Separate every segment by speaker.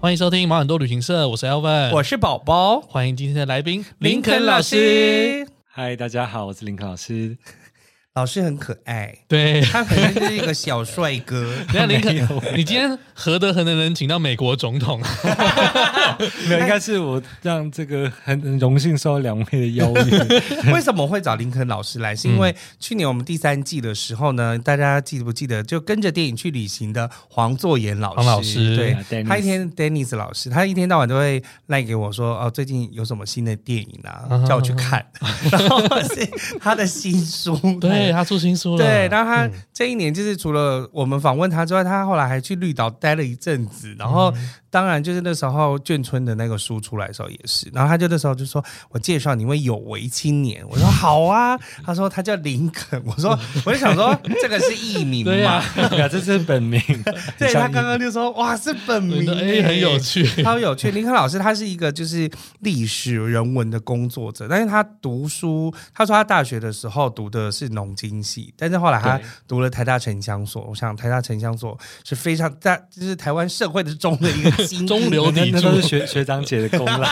Speaker 1: 欢迎收听毛很多旅行社，我是 Elvin，
Speaker 2: 我是宝宝，
Speaker 1: 欢迎今天的来宾
Speaker 2: 林肯老。师，
Speaker 3: 嗨，大家好，我是林肯老师。
Speaker 4: 老师很可爱，
Speaker 1: 对，
Speaker 4: 他本身就是一个小帅哥。
Speaker 1: 那林肯，你今天何德何能能请到美国总统？啊
Speaker 3: 没有，应该是我让这个很很荣幸受到两位的邀 约。
Speaker 4: 为什么会找林肯老师来？是因
Speaker 1: 嗯
Speaker 4: 为去年我们第三季的时候呢，大家记不记得就跟着电影去旅行的黄作言老师？
Speaker 1: 黄老师
Speaker 3: 啊
Speaker 4: 对，
Speaker 3: ，Dennis
Speaker 4: 他一天 Dennis 老师，他一天到晚都会赖给我说哦，最近有什么新的电影啊，叫我去看。 然后是他的新书，
Speaker 1: 对他出新书了，
Speaker 4: 对，然后
Speaker 1: 嗯
Speaker 4: 他这一年就是除了我们访问他之外，他后来还去绿岛待了一阵子。然后
Speaker 1: 嗯
Speaker 4: 当然就是那时候眷村的那个书出来的时候也是，然后他就那时候就说：“我介绍你位有为青年。”我说：“ 好啊。”他说：“他叫林肯。”我说：“我就想说这个是艺 名
Speaker 1: 对
Speaker 4: 嘛
Speaker 1: 呀，
Speaker 3: 对啊，这是本名。
Speaker 4: 对他
Speaker 3: 像
Speaker 4: 刚刚就说：“哇，是本
Speaker 1: 对
Speaker 4: 名
Speaker 1: 的，
Speaker 4: 耶、
Speaker 1: 哎，很有趣。
Speaker 4: 超有趣。林肯老师他是一个就是历史人文的工作者，但是他读书，他说他大学的时候读的是农经系，但是后来他读了台大城乡所。我想台大城乡所是非常大，就是台湾社会的中的一个精英
Speaker 1: 中流
Speaker 3: 那
Speaker 1: 砥
Speaker 3: 那都是
Speaker 1: 柱，
Speaker 3: 学学长姐的功劳。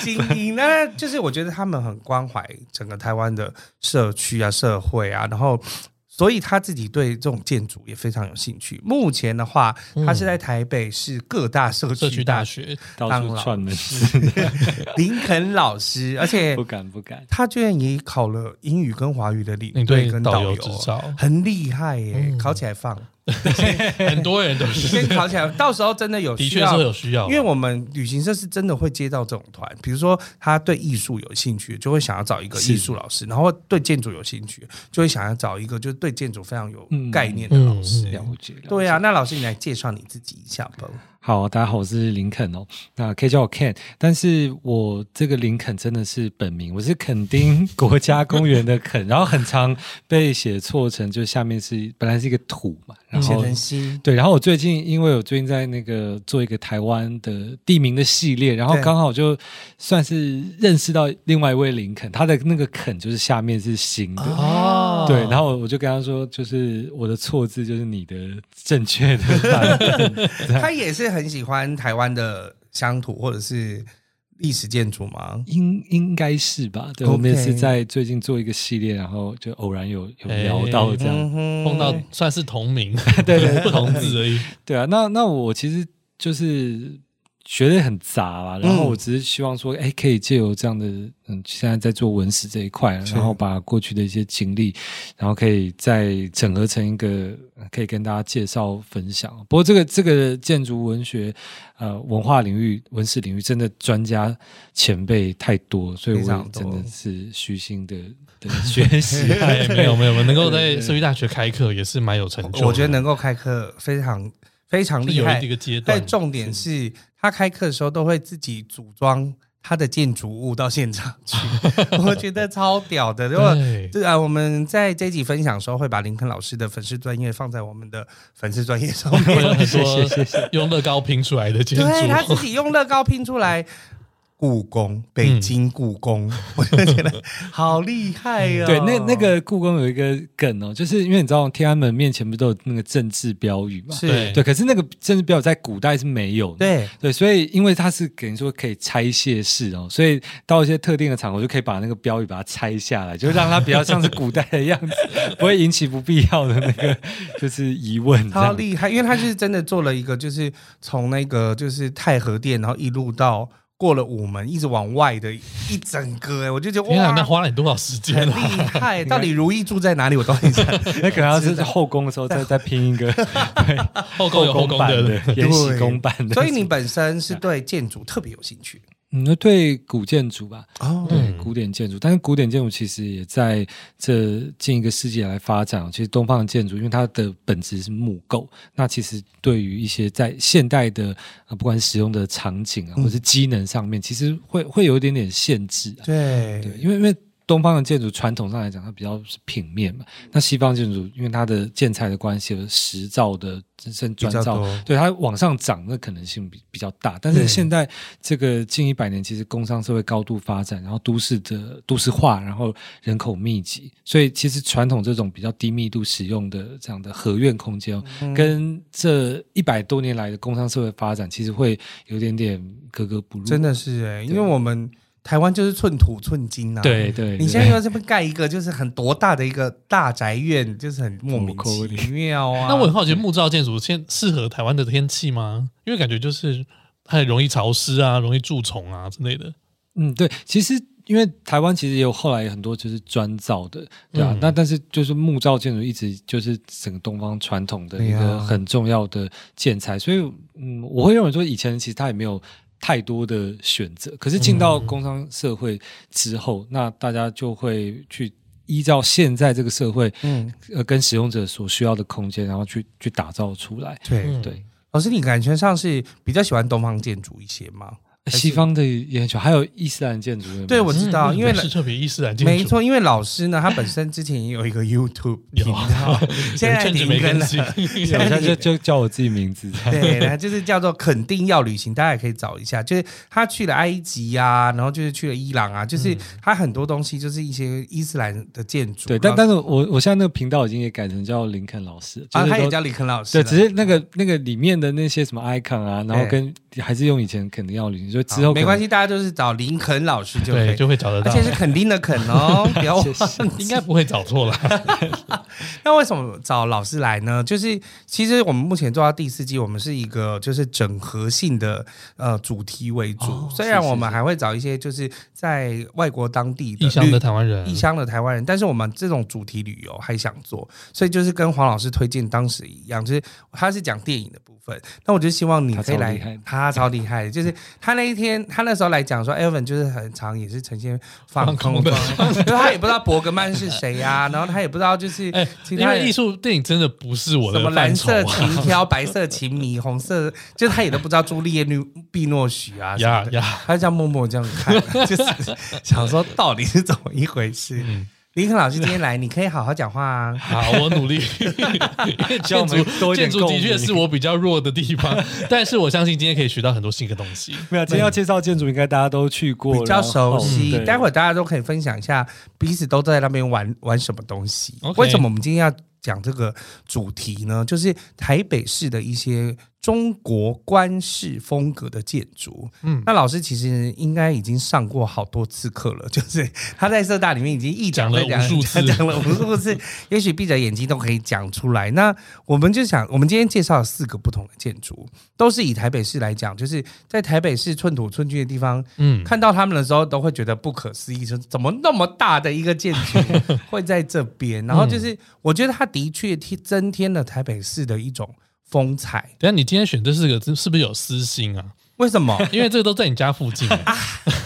Speaker 4: 精英。那就是我觉得他们很关怀整个台湾的社区啊、社会啊，然后。所以他自己对这种建筑也非常有兴趣。目前的话，他是在台北市各大社
Speaker 1: 社
Speaker 4: 区
Speaker 1: 区
Speaker 4: 大
Speaker 1: 大
Speaker 4: 学
Speaker 1: 学，
Speaker 3: 到处串门子，
Speaker 4: 林肯老师，而且
Speaker 3: 不敢不敢。
Speaker 4: 他居然也考了英语跟华语的
Speaker 1: 领
Speaker 4: 领
Speaker 1: 队
Speaker 4: 队跟
Speaker 1: 导
Speaker 4: 导
Speaker 1: 游
Speaker 4: 游啊
Speaker 1: 执照
Speaker 4: 很厉害耶、
Speaker 1: 嗯
Speaker 4: 考起来放，
Speaker 1: 很多人都是，
Speaker 4: 先考起来，到时候真的有
Speaker 1: 的
Speaker 4: 需
Speaker 1: 确是
Speaker 4: 要
Speaker 1: 会。有需要
Speaker 4: 因，为我们旅行社是真的会接到这种团，比如说他对艺术有兴趣，就会想要找一个艺术老师；然后对建筑有兴趣，就会想要找一个就是对建筑非常有
Speaker 3: 嗯
Speaker 4: 概念的老师。
Speaker 3: 了解。了
Speaker 4: 对啊，那老师你来介绍你自己一下吧。
Speaker 3: 好，大家好，我是林肯哦，那可以叫我 Ken，但是我这个林肯真的是本名，我是 垦丁国家公园的肯，然后很常被写错成就下面是本来是一个土嘛，然
Speaker 4: 写
Speaker 3: 后
Speaker 4: 成心，
Speaker 3: 对，然后我最近因为我最近在那个做一个台湾的地名的系列，然后
Speaker 4: 对
Speaker 3: 刚好就算是认识到另外一位林肯，他的那个肯就是下面是行的。
Speaker 1: 哦
Speaker 3: 对，然后我就跟他说，就是我的错字就是你的正确的版 本。
Speaker 4: 他也是很喜欢台湾的乡土或者是历史建筑吗？
Speaker 3: 应应该是吧？对
Speaker 4: OK
Speaker 3: 我们也是在最近做一个系列，然后就偶然有有聊到这样。
Speaker 4: 嗯哼
Speaker 1: 碰到算是同名， 对，不同字而已。
Speaker 3: 对啊，那那我其实就是学的很杂啦，然
Speaker 4: 嗯
Speaker 3: 后我只是希望说，哎、可以借由这样的，嗯，现在在做文史这一块，啊然后把过去的一些经历，然后可以再整合成一个，呃可以跟大家介绍分享。不过这个这个建筑文学，呃，文化领域、文史领域，真的专家前辈太多，所以
Speaker 4: 非
Speaker 3: 我
Speaker 4: 常多
Speaker 3: 真的是虚心的的 学习。
Speaker 1: 哎，没有没有，我们能够在社区大学开课也是蛮有成就的，
Speaker 4: 我觉得能够开课非常非常
Speaker 1: 是
Speaker 4: 厉
Speaker 1: 有
Speaker 4: 害
Speaker 1: 一。个阶段
Speaker 4: 但，重点是他开课的时候都会自己组装他的建筑物到现场 去，我觉得超屌的。如果
Speaker 1: 对，
Speaker 4: 对啊，我们在这一集分享的时候会把林肯老师的粉丝专业放在我们的粉丝专业上
Speaker 1: 会有很
Speaker 4: 面。
Speaker 1: 多用乐高拼出来的建
Speaker 4: 对他
Speaker 1: 筑
Speaker 4: 自，己用乐高拼出来故宫，北京故宫，我就觉得好厉害哦。
Speaker 3: 对，那那个故宫有一个梗哦，就是因为你知道天安门面前不都有那个政治标语嘛？
Speaker 4: 是
Speaker 3: 对，可是那个政治标语在古代是没有的。
Speaker 4: 对
Speaker 3: 对，所以因为它是等于说可以拆卸式哦，所以到一些特定的场合就可以把那个标语把它拆下来，就让它比较像是古代的样 子，不会引起不必要的那个就是疑问。这
Speaker 4: 超
Speaker 3: 样
Speaker 4: 厉害，因为他是真的做了一个，就是从那个就是太和殿，然后一路到过了午门，一直往外的一整个、哎，我就觉 得
Speaker 1: 天啊，
Speaker 4: 哇，
Speaker 1: 那花了你多少时间
Speaker 4: 很
Speaker 1: 啊？
Speaker 4: 厉害。到底如意住在哪里？我都很想。
Speaker 3: 那可能要是后宫的时候再再拼一个对
Speaker 1: 后宫有后宫
Speaker 3: 版
Speaker 1: 的，
Speaker 3: 的延禧宫版的，
Speaker 4: 所以你本身是对建筑特别有兴趣，
Speaker 3: 嗯，那对古建筑吧，
Speaker 4: 哦，
Speaker 3: 对
Speaker 1: 嗯
Speaker 3: 古典建筑，但是古典建筑其实也在这近一个世纪来发展哦。其实东方的建筑，因为它的本质是木构，那其实对于一些在现代的、呃、不管使用的场景
Speaker 4: 嗯
Speaker 3: 啊，或是机能上面，其实会会有一点点限制、啊。对
Speaker 4: 对，，
Speaker 3: 因为因为东方的建筑传统上来讲，它比较是平面嘛，那西方建筑因为它的建材的关系和石造的甚
Speaker 4: 比
Speaker 3: 砖
Speaker 4: 较
Speaker 3: 造
Speaker 4: 多，
Speaker 3: 对它往上涨的可能性比比较大。但是
Speaker 4: 对
Speaker 3: 现在这个近一百年，其实工商社会高度发展，然后都市的都市化，然后人口密集，所以其实传统这种比较低密度使用的这样的合院空间哦、
Speaker 4: 嗯
Speaker 3: 跟这一百多年来的工商社会发展，其实会有点点格格不入。
Speaker 4: 真的是哎，因为我们台湾就是寸土寸金啊，
Speaker 3: 对，对对，
Speaker 4: 你现在又在这边盖一个，就是很多大的一个大宅院，就是很莫名
Speaker 3: 口
Speaker 4: 其妙啊。
Speaker 1: 那我很好奇，木造建筑现适合台湾的天气吗？因为感觉就是它很容易潮湿啊，容易蛀虫啊之类的。
Speaker 3: 嗯，对，其实因为台湾其实也有后来有很多就是砖造的，对啊，
Speaker 1: 嗯
Speaker 3: 那但是就是木造建筑一直就是整个东方传统的一
Speaker 4: 对
Speaker 3: 个
Speaker 4: 啊
Speaker 3: 很重要的建材，所以嗯，我会认为说以前其实它也没有。太多的选择，可是进到
Speaker 4: 嗯
Speaker 3: 工商社会之后，那大家就会去依照现在这个社会，
Speaker 4: 嗯，
Speaker 3: 呃，跟使用者所需要的空间，然后去去打造出来。
Speaker 4: 对，
Speaker 3: 对，
Speaker 4: 老师，你感觉上是比较喜欢东方建筑一些吗？是
Speaker 3: 西方的也很喜欢，还有伊斯兰建筑有没有。
Speaker 4: 对我知道
Speaker 1: 嗯
Speaker 4: 因为
Speaker 1: 是特别伊斯兰建筑，
Speaker 4: 没错，因为老师呢，他本身之前也有一个 YouTube
Speaker 1: 有
Speaker 4: 频 道，现在
Speaker 1: 甚至
Speaker 4: 停
Speaker 1: 没
Speaker 4: 更
Speaker 1: 更
Speaker 4: 了。
Speaker 1: 新。
Speaker 3: 对， 我现 在就就叫我自己名字。
Speaker 4: 对，然后就是叫做肯定要旅行，大家也可以找一下。就是他去了埃及啊，然后就是去了伊朗啊，就是他很多东西就是一些伊斯兰的建筑。啊
Speaker 3: 嗯对，
Speaker 4: 然后
Speaker 3: 但但是我我现在那个频道已经也改成叫林肯老师，就
Speaker 4: 啊，
Speaker 3: 是
Speaker 4: 他也
Speaker 3: 说
Speaker 4: 叫李肯老师
Speaker 3: 对，
Speaker 4: 啦。
Speaker 3: 只是那个那个里面的那些什么 icon 啊，然后
Speaker 4: 对
Speaker 3: 跟还是用以前肯定要旅行，所以
Speaker 4: 好
Speaker 3: 之后
Speaker 4: 没关
Speaker 3: 系。
Speaker 4: 系，大家就是找林肯老师就可
Speaker 1: 对，
Speaker 4: 以。
Speaker 1: 就会找得
Speaker 4: 而
Speaker 1: 到
Speaker 4: 且，是肯定的肯 哦，不要忘
Speaker 3: 谢谢
Speaker 1: 应该不会找错了。
Speaker 4: 那为什么找老师来呢？就是其实我们目前做到第四季，我们是一个就是整合性的呃主题为主，
Speaker 1: 哦
Speaker 4: 虽然
Speaker 3: 是是
Speaker 4: 我们还会找一些就是在外国当地的
Speaker 1: 异乡
Speaker 4: 旅
Speaker 1: 的台湾人，
Speaker 4: 异乡的台湾人，但是我们这种主题旅游还想做，所以就是跟黄老师推荐当时一样，就是他是讲电影的部分，那我就希望你可以
Speaker 3: 他超厉害
Speaker 4: 来
Speaker 3: 的，
Speaker 4: 他超厉害的， 就是他那一天他那时候来讲说，Evan 就是很常也是呈现放空的， 因为他也不知道伯格曼是谁呀、然后他也不知道就是
Speaker 1: 哎，
Speaker 4: 其
Speaker 1: 因
Speaker 4: 他
Speaker 1: 为
Speaker 4: 人
Speaker 1: 艺术电影真的不是我
Speaker 4: 什么
Speaker 1: 的范
Speaker 4: 蓝
Speaker 1: 畴
Speaker 4: 色
Speaker 1: 啊。
Speaker 4: 情挑、白色情迷、 红色，就是他也都不知道朱丽叶·碧诺许啊什
Speaker 1: 呀
Speaker 4: 么的，
Speaker 1: 呀，
Speaker 4: 他就这样默默这样看， 就是想说到底是怎么一回事。
Speaker 1: 嗯
Speaker 4: 林肯老师今天来，你可以好好讲话 啊。
Speaker 1: 好，我努 力。
Speaker 3: 叫我
Speaker 1: 建
Speaker 3: 们
Speaker 1: 筑
Speaker 3: 多一
Speaker 1: 建
Speaker 3: 点
Speaker 1: 筑
Speaker 3: 共
Speaker 1: 的
Speaker 3: 鸣
Speaker 1: 确是我比较弱的地 方，但是我相信今天可以学到很多新的东西。
Speaker 3: 没有，今天要介绍建筑，应该大家都去过，嗯
Speaker 4: 比较熟悉，待会
Speaker 3: 儿
Speaker 4: 儿大家都可以分享一下彼此都在那边玩玩什么东西。
Speaker 1: OK
Speaker 4: 为什么我们今天要讲这个主题呢？就是台北市的一些中国官式风格的建筑。
Speaker 1: 嗯
Speaker 4: 嗯，那老师其实应该已经上过好多次课了， 就是他在社大里面已经一讲
Speaker 1: 讲了
Speaker 4: 再讲
Speaker 1: 无数次
Speaker 4: 讲了无 数次，也许闭着眼睛都可以讲出来。那我们就想，我们今天介绍了四个不同的建筑，都是以台北市来讲，就是在台北市寸土寸金的地方。
Speaker 1: 嗯，
Speaker 4: 看到他们的时候，都会觉得不可思议，说怎么那么大的一个建 筑会在这边？然后
Speaker 1: 嗯
Speaker 4: 就是，我觉得它的确添增添了台北市的一种风采。
Speaker 1: 等一下你今天选这四个字是不是有私心啊？
Speaker 4: 为什么？
Speaker 1: 因为这个都在你家附近，啊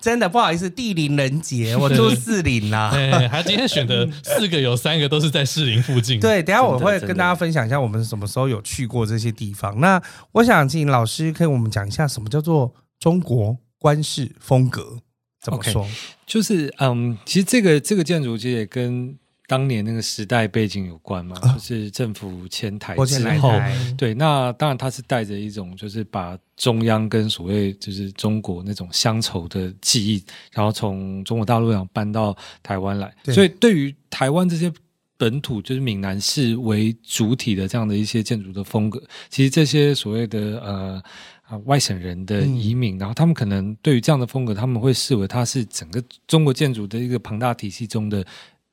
Speaker 4: 真的不好意思，地灵人 杰，我住四啊林啦、
Speaker 1: 哎，还今天选的四个有三个都是在士林附近。，
Speaker 4: 对，等一下我会
Speaker 3: 真的
Speaker 4: 跟大家分享一下我们什么时候有去过这些地方。那我想请老师跟我们讲一下什么叫做中国官式风格，怎么
Speaker 3: OK
Speaker 4: 说
Speaker 3: 就是嗯，其实这个这个建筑其实也跟当年那个时代背景有关嘛，
Speaker 4: 啊
Speaker 3: 就是政府迁台
Speaker 4: 过去
Speaker 3: 之
Speaker 4: 来
Speaker 3: 后，
Speaker 4: 台
Speaker 3: 对，那当然他是带着一种就是把中央跟所谓就是中国那种乡愁的记忆，然后从中国大陆然后搬到台湾来，
Speaker 4: 对
Speaker 3: 所以对于台湾这些。本土就是闽南市为主体的这样的一些建筑的风格，其实这些所谓的呃啊外省人的
Speaker 4: 嗯
Speaker 3: 移民，然后他们可能对于这样的风格，他们会视为它是整个中国建筑的一个庞大体系中的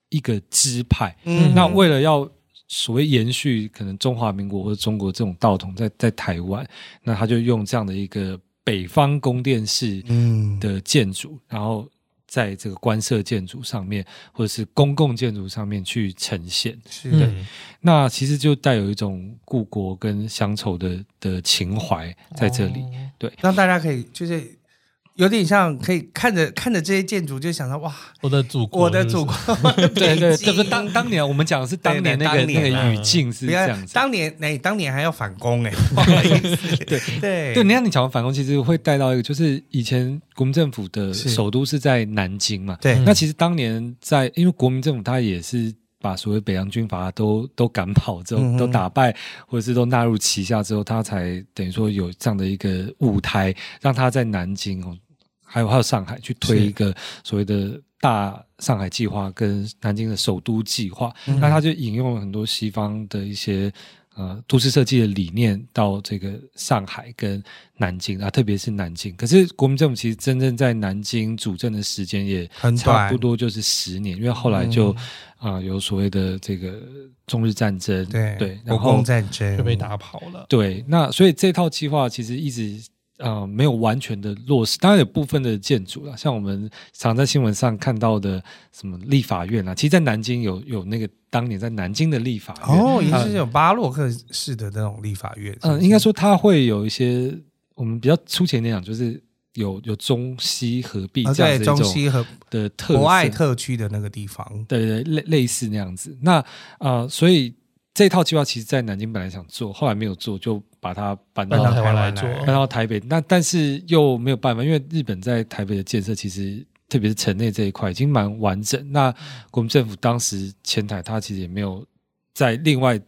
Speaker 3: 一个支派。
Speaker 4: 嗯
Speaker 3: 那为了要所谓延续可能中华民国或者中国这种道统在在台湾，那他就用这样的一个北方宫殿式
Speaker 4: 嗯
Speaker 3: 的建筑，然后在这个官舍建筑上面或者是公共建筑上面去呈现。
Speaker 4: 是的，
Speaker 1: 嗯，
Speaker 3: 那其实就带有一种故国跟乡愁的的情怀在这里。
Speaker 4: 哦让大家可以就是。有点像可以看着看着这些建筑，就想到哇，
Speaker 1: 我的祖国，
Speaker 4: 我的祖国，
Speaker 3: 对对，
Speaker 4: 北
Speaker 3: 这不
Speaker 4: 京
Speaker 3: 是当当年我们讲的是当年那
Speaker 4: 对
Speaker 3: 个
Speaker 4: 对当
Speaker 3: 那
Speaker 4: 年啊
Speaker 3: 个语境是
Speaker 4: 不
Speaker 3: 这
Speaker 4: 要
Speaker 3: 样子。
Speaker 4: 当年哎，当年还要反攻哎，不好意思，对对
Speaker 3: 对，你看你讲完反攻，其实会带到一个，就是以前国民政府的
Speaker 4: 是
Speaker 3: 首都是在南京嘛。
Speaker 4: 对
Speaker 3: 那其实当年在，因为国民政府他也是把所谓北洋军阀都都赶跑之后，
Speaker 4: 嗯哼
Speaker 3: 都打败，或者是都纳入旗下之后，他才等于说有这样的一个舞台，让他在南京哦，还有还有上海去推
Speaker 4: 是
Speaker 3: 一个所谓的大上海计划跟南京的首都计划，
Speaker 4: 嗯
Speaker 3: 那他就引用了很多西方的一些呃都市设计的理念到这个上海跟南京啊，特别是南京。可是国民政府其实真正在南京主政的时间也
Speaker 4: 很短嗯
Speaker 3: 差不多就是十年，因为后来就啊、有所谓的这个中日战争，
Speaker 4: 对
Speaker 3: 嗯对，
Speaker 4: 国嗯
Speaker 3: 然
Speaker 4: 共
Speaker 3: 后
Speaker 4: 战争
Speaker 1: 就被打跑了。
Speaker 3: 对，那所以这套计划其实一直呃没有完全的落实，当然有部分的建筑啦，像我们常在新闻上看到的什么立法院啊，其实，在南京有有那个当年在南京的立法院，
Speaker 4: 哦，也是有巴洛克式的那种立法院，是不
Speaker 3: 啊嗯、
Speaker 4: 是哦
Speaker 3: 应该说它会有一些我们比较粗浅一点讲，就是有有中西合璧
Speaker 4: 啊
Speaker 3: 这样
Speaker 4: 对
Speaker 3: 子一
Speaker 4: 中
Speaker 3: 种
Speaker 4: 西和
Speaker 3: 的特
Speaker 4: 博爱
Speaker 3: 色
Speaker 4: 特区的那个地方，
Speaker 3: 对对，类类似那样子。那啊，呃所以这套计划其实在南京本来想做，后来没有做，就把它搬
Speaker 1: 搬
Speaker 3: 到
Speaker 1: 到台湾来
Speaker 4: 搬
Speaker 1: 做
Speaker 4: 到台湾，来
Speaker 3: 搬到台北。那但是又没有办法，因为日本在台北的建设其实。特别是城内这一块已经蛮完整，那
Speaker 4: 嗯
Speaker 3: 国民政府当时前台，它其实也没有在另外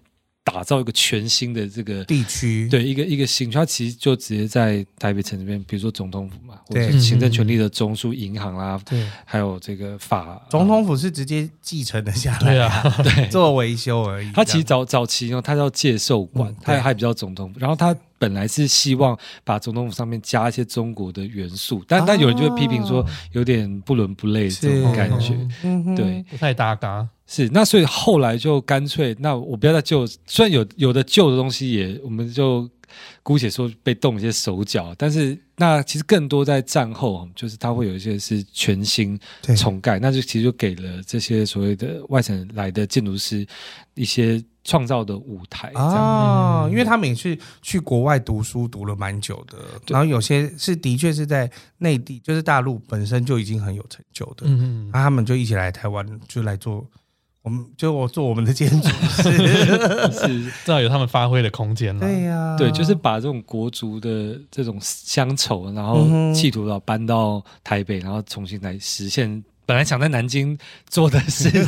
Speaker 3: 打造一个全新的这个
Speaker 4: 地区，
Speaker 3: 对，啊一个一个行，它其实就直接在台北城这边，比如说总统府嘛，或者
Speaker 4: 对嗯
Speaker 3: 是行政权力的中枢银行啦，
Speaker 4: 对，
Speaker 3: 还有这个法
Speaker 4: 总统府是直接继承了下来
Speaker 1: 对，啊，
Speaker 3: 对
Speaker 4: 做维修而已。
Speaker 3: 他其实
Speaker 4: 这样
Speaker 3: 早早期呢，他叫介寿馆
Speaker 4: 嗯，
Speaker 3: 他
Speaker 4: 对
Speaker 3: 还比较总统府。然后他本来是希望把总统府上面加一些中国的元素，但但有人就会批评说有点不伦不类这种
Speaker 4: 啊是
Speaker 3: 感觉。
Speaker 4: 嗯哼
Speaker 3: 对，
Speaker 1: 不太搭嘎。
Speaker 3: 是那所以后来就干脆，那我不要再旧，虽然有有的旧的东西也，我们就姑且说被动一些手脚，但是那其实更多在战后，就是它会有一些是全新
Speaker 4: 对
Speaker 3: 重盖，那就其实就给了这些所谓的外省来的建筑师一些创造的舞台。这样嗯
Speaker 4: 哦，因为他们也是去国外读书，读了蛮久的，
Speaker 3: 对
Speaker 4: 然后有些是的确是在内地，就是大陆本身就已经很有成就的，
Speaker 1: 嗯嗯
Speaker 4: 那、，他们就一起来台湾，就来做我们，就我做我们的建筑师，
Speaker 3: 是，
Speaker 1: 至少有他们发挥的空间了。
Speaker 4: 对呀、
Speaker 3: 对，就是把这种国族的这种乡愁，然后
Speaker 4: 嗯哼
Speaker 3: 企图要搬到台北，然后重新来实现本来想在南京做的事情。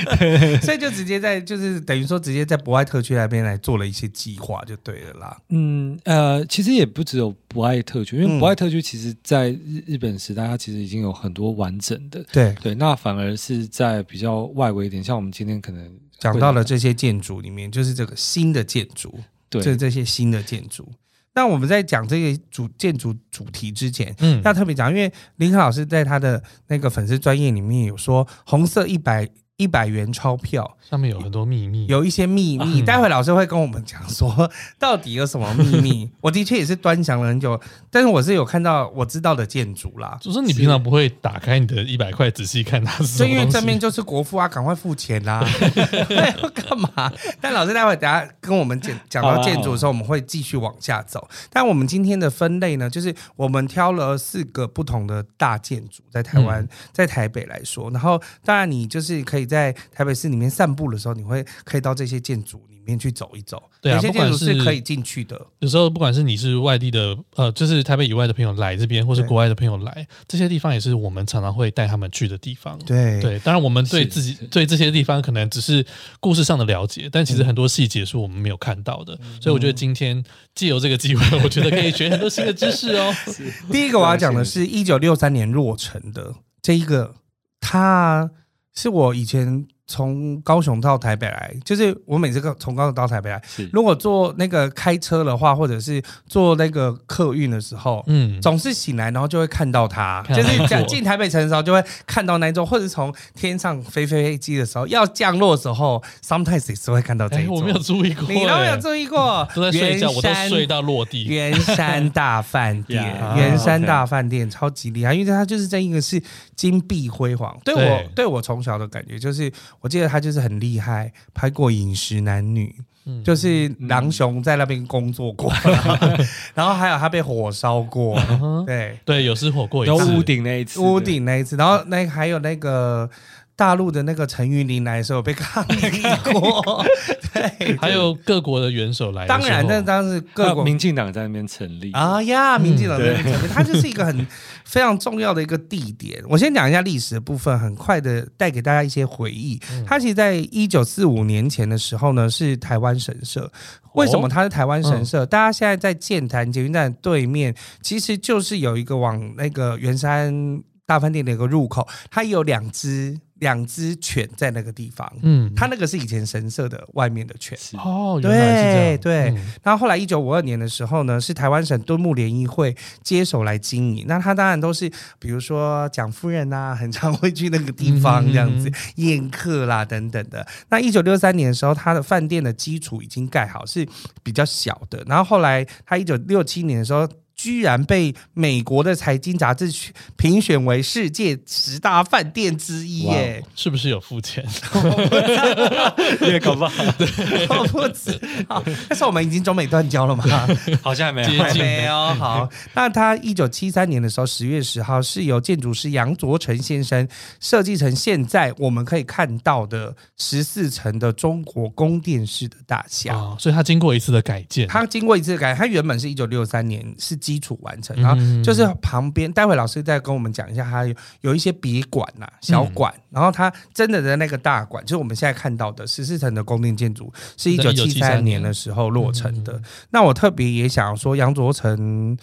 Speaker 4: 所以就直接在就是等于说直接在博爱特区那边来做了一些计划就对了啦。
Speaker 3: 嗯，呃，其实也不只有博爱特区，因为
Speaker 4: 嗯
Speaker 3: 博爱特区其实在日日本时代，它其实已经有很多完整的。
Speaker 4: 对，
Speaker 3: 对，那反而是在比较外围一点，像我们今天可能
Speaker 4: 讲到了这些建筑里面，就是这个新的建筑，
Speaker 3: 对
Speaker 4: 这这些新的建筑。那我们在讲这个主建筑主题之前，
Speaker 1: 嗯，
Speaker 4: 要特别讲，因为林肯老师在他的那个粉丝专业里面有说，红色一百一百元钞票
Speaker 1: 上面有很多秘密。
Speaker 4: 有一些秘密，待会老师会跟我们讲说到底有什么秘密。我的确也是端详了很久，但是我是有看到我知道的建筑啦，
Speaker 1: 就是你平常不会打开你的一百块仔细看它是什
Speaker 4: 所
Speaker 1: 么
Speaker 4: 以因为
Speaker 1: 东西
Speaker 4: 正面就是国父啊，赶快付钱 啦、对要干嘛？但老师待会等下跟我们讲讲到建筑的时候，我们会继续往下走。但我们今天的分类呢，就是我们挑了四个不同的大建筑，在台
Speaker 1: 嗯
Speaker 4: 湾，在台北来说，然后当然你就是可以在台北市里面散步的时候，你会可以到这些建筑里面去走一走，
Speaker 1: 对啊
Speaker 4: 有些建筑
Speaker 1: 不管是
Speaker 4: 可以进去的，
Speaker 1: 有时候不管是你是外地的，呃，就是台北以外的朋友来这边，或是
Speaker 4: 对
Speaker 1: 国外的朋友来，这些地方也是我们常常会带他们去的地方。
Speaker 4: 对
Speaker 1: 对，当然我们对
Speaker 3: 是
Speaker 1: 自己对这些地方可能只是故事上的了解，但其实很多细节是我们没有看到的，
Speaker 4: 嗯
Speaker 1: 所以我觉得今天借由这个机会，我觉得可以学很多新的知识哦。
Speaker 4: 第一个我要讲的是一九六三年落成的这一个，它是我以前从高雄到台北来，就是我每次高从高雄到台北来，
Speaker 3: 是
Speaker 4: 如果坐那个开车的话，或者是坐那个客运的时候。
Speaker 1: 嗯，
Speaker 4: 总是醒来，然后就会看到它，
Speaker 1: 看
Speaker 4: 就
Speaker 1: 到它
Speaker 4: 是讲进台北城的时候，就会看到那一座，或者从天上飞飞机的时候，要降落的时候，sometimes 也是会看到这
Speaker 1: 哎、
Speaker 4: 一座。
Speaker 1: 我没有注意过、
Speaker 4: 你都没有
Speaker 1: 哎
Speaker 4: 注意过，
Speaker 1: 都在睡觉，我都
Speaker 4: 圆山
Speaker 1: 睡到落地。
Speaker 4: 圆山大饭 店
Speaker 3: Yeah，，
Speaker 4: 圆山大饭店超级厉害，因为它就是这一个是金碧辉煌。对我
Speaker 1: 对
Speaker 4: 对我从小的感觉就是，我记得他就是很厉害，拍过《饮食男女》，
Speaker 1: 嗯
Speaker 4: 就是狼熊在那边工作过， 然后还有他被火烧过，
Speaker 1: 哼
Speaker 4: 对，
Speaker 1: 对，有失火过一
Speaker 3: 然后
Speaker 1: 次
Speaker 3: 屋，顶那一次，
Speaker 4: 屋顶那一次，然后那还有那个大陆的那个陈玉林来的时候有被抗 议过， 对，
Speaker 1: 还有各国的元首来的时
Speaker 4: 当
Speaker 1: 候，
Speaker 4: 然，但当时
Speaker 3: 对，
Speaker 4: 各国
Speaker 3: 民进党在那边成立，
Speaker 4: 啊呀，民进党在那边讲，它就是一个很非常重要的一个地点。我先讲一下历史的部分，很快的带给大家一些回忆。它其实，在一九四五年前的时候呢，是台湾神社。为什么它是台湾神社？大家现在在建潭捷运站对面，其实就是有一个往那个圆山大饭店的一个入口，它有两只两只犬在那个地方。
Speaker 1: 嗯，
Speaker 4: 它那个是以前神社的外面的犬。
Speaker 3: 是
Speaker 1: 哦，原来是这
Speaker 4: 对
Speaker 1: 样，嗯
Speaker 4: 对那后来一九五二年的时候呢，是台湾省敦睦联谊会接手来经营。那他当然都是，比如说蒋夫人啊，很常会去那个地方
Speaker 1: 嗯
Speaker 4: 这样子、宴客啦等等的。那一九六三年的时候，他的饭店的基础已经盖好，是比较小的。然后后来他一九六七年的时候。居然被美国的财经杂志评选为世界十大饭店之一
Speaker 3: 哇
Speaker 4: 耶！
Speaker 1: 是不是有付钱？
Speaker 3: 也搞 不好，
Speaker 4: 我哦不知道，但是我们已经中美断交了嘛？
Speaker 3: 好像还没有
Speaker 1: 接
Speaker 4: 还
Speaker 1: 近
Speaker 4: 没有好。那他一九七三年的时候，十月十号是由建筑师杨卓成先生设计成现在我们可以看到的十四层的中国宫殿式的大厦。
Speaker 1: 啊，所以他经过一次的改建，
Speaker 4: 它经过一次改，它原本是一九六三年是基础完成，
Speaker 3: 嗯
Speaker 4: 然后就是旁边，待会老师再跟我们讲一下，它有有一些别馆呐、小馆，
Speaker 3: 嗯
Speaker 4: 然后它真的的那个大馆，就是我们现在看到的十四层的宫殿建筑，是
Speaker 3: 哦
Speaker 4: 一
Speaker 1: 在
Speaker 4: 九七
Speaker 1: 1973
Speaker 4: 三年的时候落成
Speaker 3: 嗯
Speaker 4: 的。那我特别也想要说，杨卓成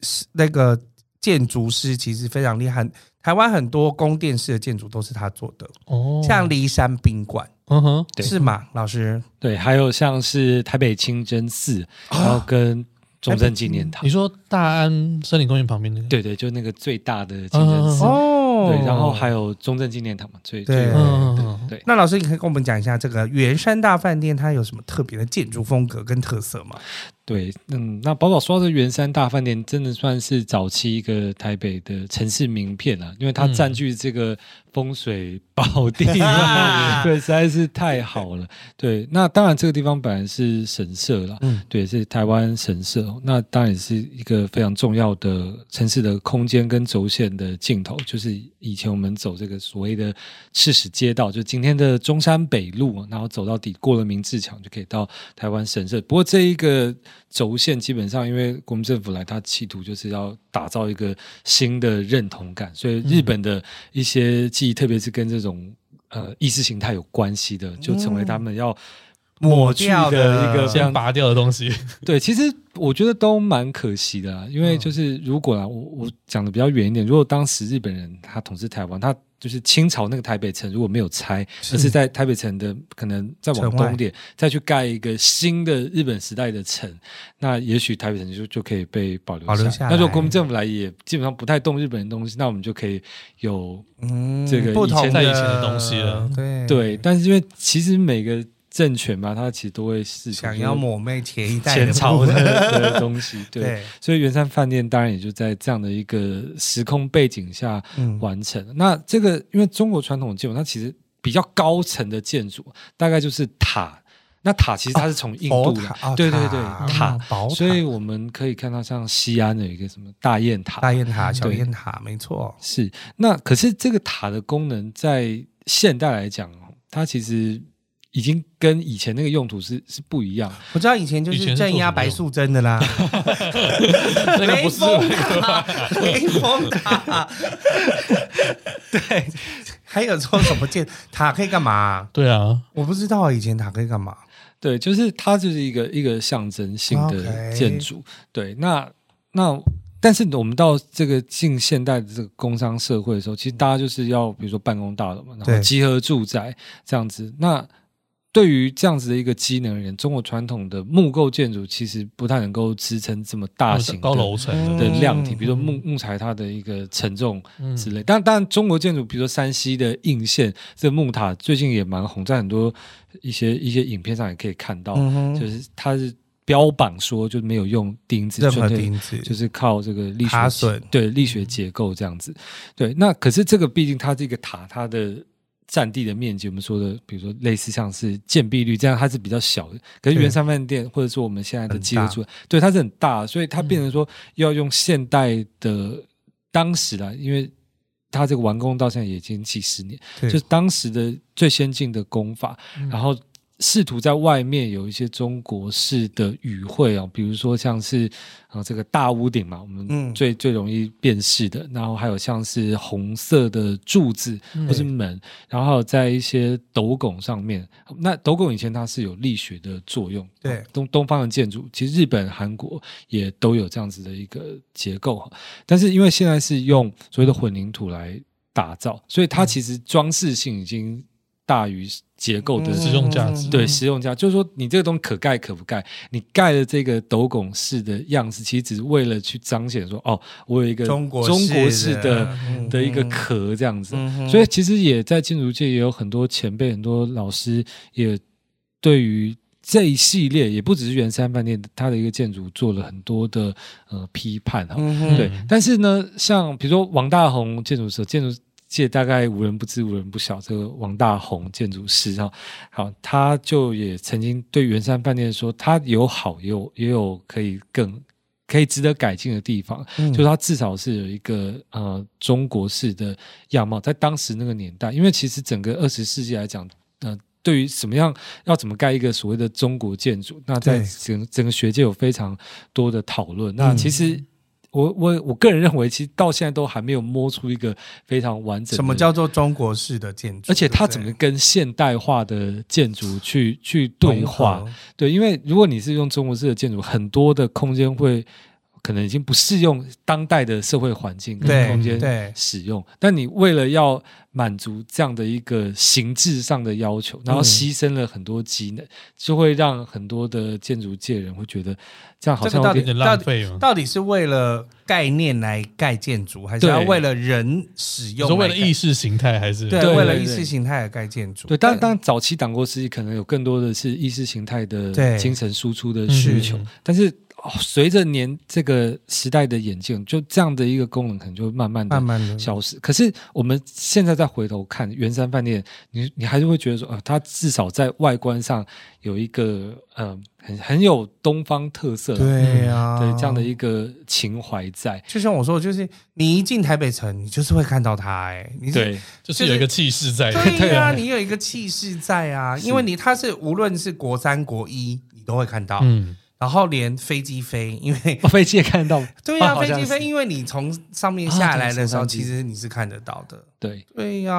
Speaker 4: 是那个建筑师其实非常厉害，台湾很多宫殿式的建筑都是他做的，
Speaker 1: 哦，
Speaker 4: 像骊山宾馆
Speaker 1: 嗯哼，
Speaker 3: 对
Speaker 4: 是吗？老师，
Speaker 3: 对，还有像是台北清真寺，然后跟中正纪念堂
Speaker 1: 你，说大安森林公园旁边那个，，
Speaker 3: 对对，就那个最大的清真寺，
Speaker 4: 哦
Speaker 3: 对，然后还有中正纪念堂嘛，最
Speaker 4: 对
Speaker 3: 最有
Speaker 1: 嗯
Speaker 3: 名
Speaker 1: 嗯
Speaker 3: 的
Speaker 1: 嗯
Speaker 3: 对。
Speaker 4: 那老师，你可以跟我们讲一下这个圆山大饭店它有什么特别的建筑风格跟特色吗？
Speaker 3: 对，嗯，那宝宝说到这圆山大饭店，真的算是早期一个台北的城市名片了、因为它
Speaker 1: 嗯
Speaker 3: 占据这个风水宝地嘛，
Speaker 4: 啊
Speaker 3: 对，实在是太好了。对，那当然这个地方本来是神社啦，
Speaker 4: 嗯
Speaker 3: 对，是台湾神社哦，那当然也是一个非常重要的城市的空间跟轴线的尽头，就是以前我们走这个所谓的赤石街道，就今天的中山北路，然后走到底，过了明治墙就可以到台湾神社。不过这一个轴线基本上，因为国民政府来，它企图就是要打造一个新的认同感，所以日本的一些记忆，特别是跟这种呃意识形态有关系的，就成为他们要。抹去
Speaker 4: 掉的
Speaker 3: 的一个非
Speaker 1: 先
Speaker 3: 常
Speaker 1: 拔掉的东西，
Speaker 3: 对，其实我觉得都蛮可惜的啦，
Speaker 4: 嗯
Speaker 3: 因为就是如果啦，我我讲的比较远一点，如果当时日本人他统治台湾，他就是清朝那个台北城如果没有拆，而是在台北城的可能再往
Speaker 4: 城外
Speaker 3: 东点再去盖一个新的日本时代的城，那也许台北城就就可以被保留
Speaker 4: 保留下
Speaker 3: 那如果
Speaker 4: 来
Speaker 3: 国民政府来也基本上不太动日本的东西，那我们就可以有
Speaker 4: 嗯
Speaker 3: 这个
Speaker 4: 不同
Speaker 3: 以前
Speaker 1: 在以前的东西了
Speaker 4: 对
Speaker 3: 对，，但是因为其实每个政权嘛，他其实都会试图
Speaker 4: 想
Speaker 3: 就
Speaker 4: 要
Speaker 3: 是
Speaker 4: 抹灭前一代的
Speaker 3: 前朝
Speaker 4: 部
Speaker 3: 的
Speaker 4: 分
Speaker 3: 的东西， 对。
Speaker 4: 对，
Speaker 3: 所以圆山饭店当然也就在这样的一个时空背景下
Speaker 4: 嗯
Speaker 3: 完成。那这个因为中国传统建筑，它其实比较高层的建筑大概就是塔。那塔其实它是从印
Speaker 4: 佛
Speaker 3: 度来，
Speaker 4: 塔啊
Speaker 3: 对对对
Speaker 4: 塔
Speaker 3: 塔
Speaker 4: 嗯宝塔
Speaker 3: 所以我们可以看到像西安的有一个什么大雁塔，
Speaker 4: 大雁塔、小
Speaker 3: 对
Speaker 4: 雁塔，没错，
Speaker 3: 是，那可是这个塔的功能在现代来讲哦，它其实已经跟以前那个用途是是不一样。
Speaker 4: 我知道以前就
Speaker 1: 以前
Speaker 4: 是
Speaker 1: 是
Speaker 4: 镇
Speaker 1: 做什
Speaker 4: 压
Speaker 1: 么
Speaker 4: 白
Speaker 1: 用
Speaker 4: 素贞的 啦，
Speaker 1: 那个
Speaker 4: 雷
Speaker 1: 不是
Speaker 4: 峰塔，雷峰塔，对，还有说什么建塔可以干嘛啊？
Speaker 1: 对啊，
Speaker 4: 我不知道以前塔可以干嘛，
Speaker 3: 对，就是它就是一个一个象征性的
Speaker 4: OK
Speaker 3: 建筑。对，那那但是我们到这个近现代的这个工商社会的时候，其实大家就是要比如说办公大楼嘛，然
Speaker 4: 对
Speaker 3: 后集合住宅这样子。那对于这样子的一个机能而言，中国传统的木构建筑其实不太能够支撑这么大型的
Speaker 1: 哦高楼层
Speaker 3: 的
Speaker 1: 的，
Speaker 4: 嗯
Speaker 3: 量体，比如说木木材它的一个承重
Speaker 1: 嗯
Speaker 3: 之类。但但中国建筑，比如说山西的应县这个木塔，最近也蛮红，在很多一些一些影片上也可以看到，
Speaker 4: 嗯哼
Speaker 3: 就是它是标榜说就没有用钉子，
Speaker 4: 任何
Speaker 3: 纯粹
Speaker 4: 钉子
Speaker 3: 就是靠这个力学
Speaker 4: 爬
Speaker 3: 结
Speaker 4: 榫
Speaker 3: 对力学结构这样子。对，那可是这个毕竟它这个塔，它的占地的面积，我们说的，比如说类似像是建蔽率这样，它是比较小的。可是
Speaker 4: 对
Speaker 3: 圆山饭店或者说我们现在的
Speaker 4: 很
Speaker 3: 记录
Speaker 4: 大
Speaker 3: 处，对它是很大，所以它变成说要用现代的当时啦，因为它这个完工到现在也已经几十年，
Speaker 4: 对嗯
Speaker 3: 就是当时的最先进的工法，然后试图在外面有一些中国式的语汇哦，比如说像是啊、呃这个大屋顶嘛，我们
Speaker 4: 嗯
Speaker 3: 最、最容易辨识的，然后还有像是红色的柱子
Speaker 1: 嗯
Speaker 4: 嗯
Speaker 3: 或是门，然后还有在一些斗拱上面，那斗拱以前它是有力学的作用，
Speaker 4: 对
Speaker 3: 哦东东方的建筑，其实日本、韩国也都有这样子的一个结构哈，但是因为现在是用所谓的混凝土来打造，所以
Speaker 4: 嗯
Speaker 3: 它其实装饰性已经大于结构的
Speaker 4: 嗯
Speaker 1: 实用价值
Speaker 3: 对，实用价就是说，你这个东西可盖可不盖，你盖的这个斗拱式的样式，其实只是为了去彰显说，哦，我有一个
Speaker 4: 中国
Speaker 3: 中国式
Speaker 4: 式
Speaker 3: 的
Speaker 4: 的嗯
Speaker 3: 的一个
Speaker 4: 嗯
Speaker 3: 壳这样子。
Speaker 4: 嗯哼
Speaker 3: 所以其实也在建筑界也有很多前辈、很多老师也对于。这一系列也不只是圆山饭店，它的一个建筑做了很多的呃批判哈，
Speaker 4: 嗯哼
Speaker 3: 对
Speaker 1: 嗯，
Speaker 3: 但是呢，像比如说王大宏建筑师，建筑界大概无人不知、无人不晓。这个王大宏建筑师哈，好，他就也曾经对圆山饭店说，他有好，也有也有可以更可以值得改进的地方，
Speaker 1: 嗯
Speaker 4: 嗯
Speaker 3: 就是它至少是有一个呃中国式的样貌，在当时那个年代，因为其实整个二十世纪来讲，呃。对于什么样要怎么盖一个所谓的中国建筑，那在
Speaker 4: 对
Speaker 3: 整整个学界有非常多的讨论。那其实
Speaker 4: 嗯
Speaker 3: 我我我个人认为，其实到现在都还没有摸出一个非常完整的
Speaker 4: 什么叫做中国式的建筑？
Speaker 3: 而且它
Speaker 4: 对不对
Speaker 3: 怎么跟现代化的建筑去去对话
Speaker 4: 融？合
Speaker 3: 对，因为如果你是用中国式的建筑，很多的空间会可能已经不适用当代的社会环境跟
Speaker 4: 对
Speaker 3: 空间
Speaker 4: 对
Speaker 3: 使用。但你为了要满足这样的一个形制上的要求，
Speaker 4: 嗯
Speaker 3: 然后牺牲了很多机能，就会让很多的建筑界人会觉得这样好
Speaker 4: 这
Speaker 3: 像
Speaker 4: 个到
Speaker 3: 有
Speaker 4: 底
Speaker 1: 有点
Speaker 3: 点
Speaker 1: 浪费嘛？
Speaker 4: 到底是为了概念来盖建筑，还是要
Speaker 3: 对
Speaker 4: 为了人使
Speaker 1: 你
Speaker 4: 用？
Speaker 1: 说为了意，识形态还是嗯
Speaker 4: 对，
Speaker 3: 对
Speaker 4: 为了
Speaker 3: 对
Speaker 4: 意
Speaker 3: 对
Speaker 4: 识形态而盖建筑。
Speaker 3: 对，但但早期党国时期可能有更多的是意识形态的
Speaker 4: 对
Speaker 3: 精神输出的需求，
Speaker 1: 嗯
Speaker 3: 但是、哦随着年这个时代的演进，就这样的一个功能可能就慢慢的
Speaker 4: 慢慢的，
Speaker 3: 消失。可是我们现在再回头看圆山饭店，你你还是会觉得说，啊、它至少在外观上有一个呃很很有东方特色的嗯
Speaker 4: 对啊呀，
Speaker 3: 这样的一个情怀在。
Speaker 4: 就像我说，就是你一进台北城，你就是会看到它，哎，你是
Speaker 3: 对，
Speaker 1: 就是有一个气势在，
Speaker 4: 对呀、
Speaker 1: 啊，
Speaker 4: 你有一个气势在啊，因为你它是无论是国三国一，你都会看到，
Speaker 1: 嗯，
Speaker 4: 然后连飞机飞，因 为
Speaker 3: 哦飞机也看得到，
Speaker 4: 对呀、
Speaker 3: 啊好
Speaker 4: 飞
Speaker 3: 像
Speaker 4: 机
Speaker 3: 是
Speaker 4: 飞，因为你从上面
Speaker 3: 啊
Speaker 4: 下
Speaker 3: 对
Speaker 4: 来的时候，
Speaker 3: 从上
Speaker 4: 其
Speaker 3: 机
Speaker 4: 实你是看得到的。
Speaker 3: 对。
Speaker 4: 对呀、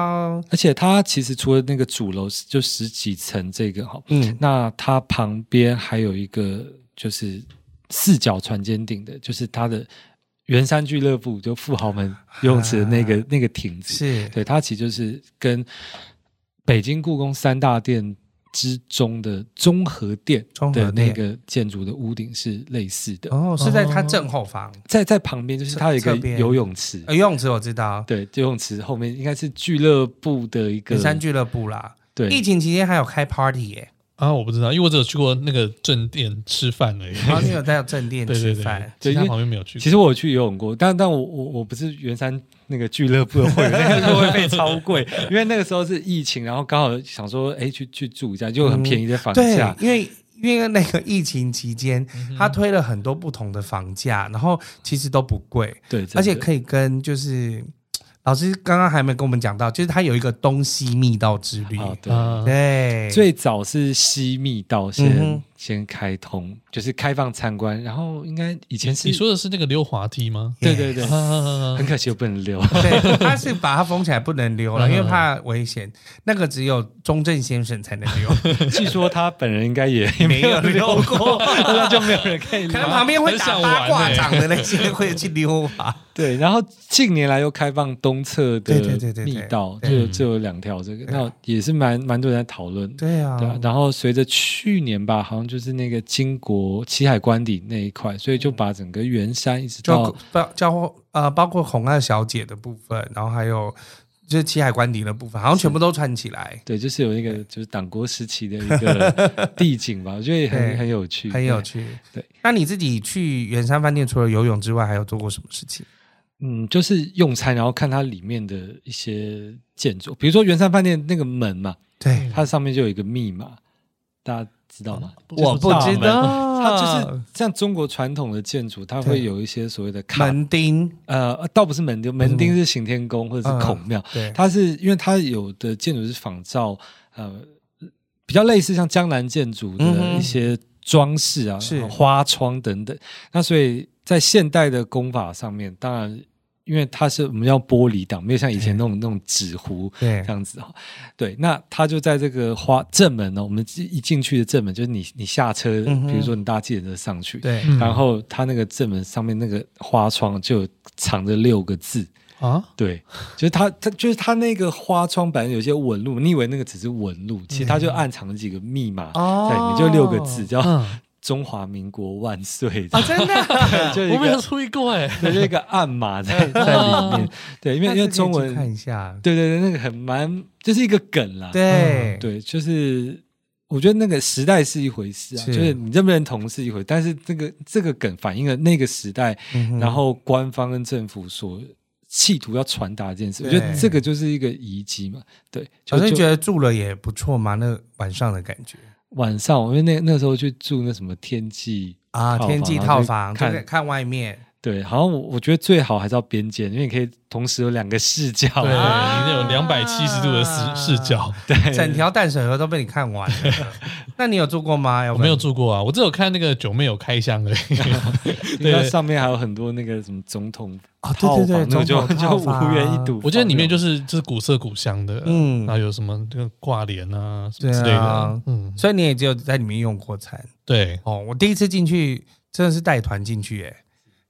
Speaker 3: 而且它其实除了那个主楼就十几层这个哈，
Speaker 4: 嗯，
Speaker 3: 那它旁边还有一个就是四角船尖顶的，就是它的圆山俱乐部，就富豪们
Speaker 4: 啊
Speaker 3: 游泳池的那个、那个亭子。
Speaker 4: 是
Speaker 3: 对，它其实就是跟北京故宫三大殿之中的综合殿
Speaker 4: 综合
Speaker 3: 的那
Speaker 4: 殿
Speaker 3: 个建筑的屋顶是类似的，
Speaker 4: 哦，是在它正后方，
Speaker 3: 在在旁边就是它有一个
Speaker 4: 侧边
Speaker 3: 游泳池，
Speaker 4: 呃游泳池我知道，
Speaker 3: 对，游泳池后面应该是俱乐部的一个
Speaker 4: 登山俱乐部啦。
Speaker 3: 对
Speaker 4: 疫情期间还有开 party 耶、
Speaker 1: 啊，我不知道，因为我只有去过那个正店吃饭而已。
Speaker 4: 然后你有在正 殿
Speaker 1: 对对
Speaker 4: 吃
Speaker 1: 对
Speaker 4: 饭，，
Speaker 1: 其
Speaker 3: 对因
Speaker 1: 他
Speaker 3: 为
Speaker 1: 旁边没有去过。
Speaker 3: 其实我有去游泳过，但但我我我不是圆山那个俱乐部的会员，那个时候会被超贵，因为那个时候是疫情，然后刚好想说，哎，去去住一下，就很便宜的
Speaker 4: 嗯
Speaker 3: 房
Speaker 4: 对
Speaker 3: 价，，嗯
Speaker 4: 因为因为那个疫情期间，他推了很多不同的房价，然后其实都不贵，
Speaker 3: 对，真
Speaker 4: 而且
Speaker 3: 的
Speaker 4: 可以跟就是老师刚刚还没跟我们讲到，就是他有一个东西密道之旅，
Speaker 3: 啊，对。
Speaker 1: 啊，
Speaker 4: 对，
Speaker 3: 最早是西密道先、
Speaker 4: 嗯哼
Speaker 3: 先开通，就是开放参观，然后应该以前是
Speaker 1: 你说的是那个溜滑梯吗？
Speaker 3: 对对对，
Speaker 1: 啊
Speaker 3: 很可惜我不能溜，
Speaker 4: 对，他是把它封起来不能溜 了，
Speaker 1: 嗯
Speaker 4: 因为怕危险。那个只有中正先生才能 溜，
Speaker 3: 据说他本人应该 也
Speaker 4: 没有溜
Speaker 3: 过，那就没有人可以啊
Speaker 4: 可
Speaker 3: 溜
Speaker 4: 能。旁边会
Speaker 1: 很
Speaker 4: 打
Speaker 1: 想
Speaker 4: 八
Speaker 1: 玩
Speaker 4: 卦
Speaker 1: 欸
Speaker 4: 掌的那些会去溜吧。
Speaker 3: 对，然后近年来又开放东侧的
Speaker 4: 对对对对对
Speaker 3: 密道，就
Speaker 4: 对
Speaker 3: 有就有两条这个，
Speaker 4: 对
Speaker 3: 那也是蛮蛮多人在讨论。
Speaker 4: 对啊
Speaker 3: 对啊，然后随着去年吧，好像就是那个金国七海关底那一块，所以就把整个圆山一直
Speaker 4: 嗯就
Speaker 3: 到
Speaker 4: 包包呃包括红二小姐的部分，然后还有就是七海关邸的部分，好像全部都串起来，
Speaker 3: 对，就是有一个就是党国时期的一 个地景吧，我觉得也很
Speaker 4: 对
Speaker 3: 很有趣，
Speaker 4: 很有
Speaker 3: 对。
Speaker 4: 趣。
Speaker 3: 对，
Speaker 4: 那你自己去圆山饭店除了游泳之外，还有做过什么事情？
Speaker 3: 嗯，就是用餐，然后看它里面的一些建筑，比如说圆山饭店那个门嘛，
Speaker 4: 对，
Speaker 3: 它上面就有一个密码，大家知道吗？
Speaker 4: 嗯我不知道，
Speaker 3: 它就是像中国传统的建筑，它会
Speaker 4: 对
Speaker 3: 有一些所谓的卡
Speaker 4: 门钉，
Speaker 3: 呃，倒不是门钉，门钉是行天宫或者是孔庙，
Speaker 4: 对，
Speaker 3: 它是因为它有的建筑是仿照呃比较类似像江南建筑
Speaker 4: 嗯
Speaker 3: 的
Speaker 4: 哼
Speaker 3: 一些装饰啊，
Speaker 4: 是
Speaker 3: 花窗等等。那所以在现代的工法上面，当然因为它是我们要玻璃挡，没有像以前那种那种纸糊
Speaker 4: 对
Speaker 3: 这样子哈、对，那他就在这个花正门哦呢、我们一进去的正门就是你你下车，
Speaker 4: 嗯哼
Speaker 3: 比如说你搭计程车上去，
Speaker 4: 对，
Speaker 1: 嗯
Speaker 3: 然后它那个正门上面那个花窗就藏着六个字，
Speaker 1: 啊，
Speaker 3: 对，就是它它就是它那个花窗本来有些纹路，你以为那个只是纹路，其实它就暗藏了几个密码
Speaker 4: 嗯哦
Speaker 3: 在里面，就六个字叫
Speaker 1: 嗯，
Speaker 3: “中华民国万岁”，
Speaker 4: 啊，真的，
Speaker 3: 对就
Speaker 1: 我
Speaker 3: 一
Speaker 1: 没有
Speaker 3: 个
Speaker 1: 注意过哎，
Speaker 3: 对就一个暗 码在在里面，对，因为因为中
Speaker 4: 那这可以去看
Speaker 3: 文，嗯
Speaker 4: 一下，
Speaker 3: 对对对，那个很蛮就是一个梗啦，
Speaker 4: 对
Speaker 3: 对，就是我觉得那个时代是一回事啊，
Speaker 4: 是
Speaker 3: 就是你认不认同是一回，但是这个这个梗反映了那个时代，
Speaker 4: 嗯哼
Speaker 3: 然后官方跟政府所企图要传达这件事，我
Speaker 4: 对
Speaker 3: 觉得这个就是一个遗迹嘛。对，
Speaker 4: 我
Speaker 3: 就是就
Speaker 4: 觉得住了也不错嘛，那晚上的感觉
Speaker 3: 晚上，因为那那时候去住那什么天际
Speaker 4: 啊，
Speaker 3: 套
Speaker 4: 天际
Speaker 3: 房
Speaker 4: 套房，
Speaker 3: 然后就
Speaker 4: 看看外面，
Speaker 3: 对，好像我我觉得最好还是要边间，因为你可以同时有两个视角。
Speaker 1: 对，
Speaker 4: 啊
Speaker 1: 你有两百七十度的视视角，
Speaker 4: 整
Speaker 1: 哎
Speaker 4: 条淡水河都被你看完 了。那你有住过吗？
Speaker 1: 我没有，住过啊，我只有看那个九妹有开箱而已。
Speaker 3: 因为它
Speaker 1: 对
Speaker 3: 上面还有很多那个什么总统
Speaker 4: 哦对
Speaker 3: 套
Speaker 4: 对
Speaker 3: 房，
Speaker 4: 对
Speaker 3: 那个就
Speaker 4: 总统
Speaker 3: 就
Speaker 4: 套房啊
Speaker 3: 无缘一睹。
Speaker 1: 我觉得里面就是是就是古色古香的，
Speaker 4: 嗯
Speaker 1: 然后有什么这个挂帘啊什
Speaker 4: 对
Speaker 1: 么之类
Speaker 4: 啊
Speaker 1: 的，，嗯，
Speaker 4: 所以你也只有在里面用过餐
Speaker 1: 对，
Speaker 4: 哦。我第一次进去真的是带团进去，哎，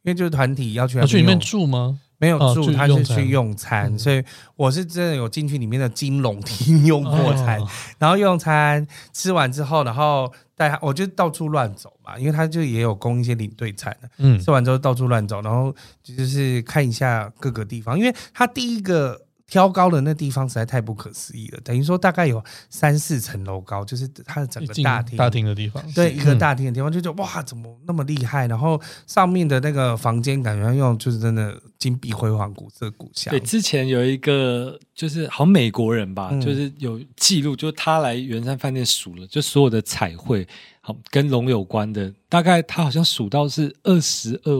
Speaker 4: 因为就是团体要去
Speaker 1: 啊哦要去里面
Speaker 4: 用
Speaker 1: 住吗？
Speaker 4: 没有
Speaker 1: 哦
Speaker 4: 住，
Speaker 1: 去
Speaker 4: 他
Speaker 1: 用
Speaker 4: 是
Speaker 1: 餐嗯
Speaker 4: 去用餐，所以我是真的有进去里面的金龙厅 用过餐，
Speaker 1: 哦
Speaker 4: 然后用餐吃完之后，然后带他，我就到处乱走嘛，因为他就也有供一些领队餐啊的，
Speaker 1: 嗯
Speaker 4: 吃完之后到处乱走，然后就是看一下各个地方，因为他第一个挑高的那地方实在太不可思议了，等于说大概有三四层楼高，就是它的整
Speaker 1: 一
Speaker 4: 个
Speaker 1: 进
Speaker 4: 大厅，
Speaker 1: 大厅的地方，
Speaker 4: 对，一个
Speaker 1: 嗯
Speaker 4: 大厅的地方，就觉得哇，怎么那么厉害？然后上面的那个房间，感觉用就是真的金碧辉煌、古色古香
Speaker 3: 对，。之前有一个就是好像美国人吧，
Speaker 4: 嗯
Speaker 3: 就是有记录，就是他来圆山饭店数了，就所有的彩绘，好跟龙有关的，大概他好像数到是二十二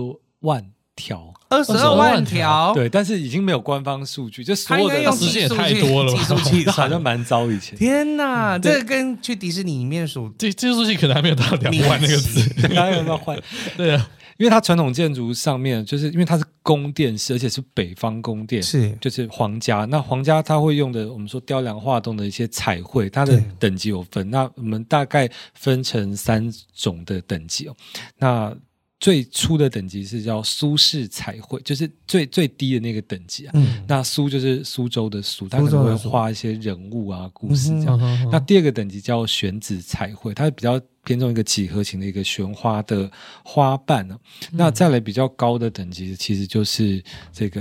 Speaker 3: 万条，
Speaker 4: 二十二万条，
Speaker 3: 对，但是已经没有官方数据，就
Speaker 4: 哦
Speaker 3: 所
Speaker 4: 他
Speaker 3: 有
Speaker 4: 应该
Speaker 3: 的
Speaker 4: 用
Speaker 1: 时
Speaker 4: 计
Speaker 1: 间也
Speaker 4: 数
Speaker 1: 太
Speaker 4: 器
Speaker 1: 多了吧
Speaker 4: 计数器
Speaker 3: 那 好
Speaker 4: 算
Speaker 3: 像蛮早以前，
Speaker 4: 天哪，
Speaker 3: 对
Speaker 4: 这个跟去迪士尼里面数
Speaker 1: 这这东西可能还没有到两万那个字，
Speaker 3: 大家要不要换？
Speaker 1: 对啊，
Speaker 3: 因为它传统建筑上面，就是因为它是宫殿式，而且是北方宫殿，
Speaker 4: 是
Speaker 3: 就是皇家。那皇家它会用的，我们说雕梁画栋的一些彩绘，它的
Speaker 4: 对
Speaker 3: 等级有分。那我们大概分成三种的等级哦。那最初的等级是叫苏式彩绘，就是最最低的那个等级啊。
Speaker 4: 嗯
Speaker 3: 那苏就是苏州的苏，它
Speaker 4: 苏
Speaker 3: 可
Speaker 4: 州
Speaker 3: 能
Speaker 4: 的
Speaker 3: 会
Speaker 4: 苏
Speaker 3: 画一些人物啊、故事这样。
Speaker 1: 嗯哼哼
Speaker 3: 那第二个等级叫选址彩绘，它比较偏重一个几何形的一个玄花的花瓣呢、那
Speaker 4: 嗯
Speaker 3: 再来比较高的等级，其实就是这个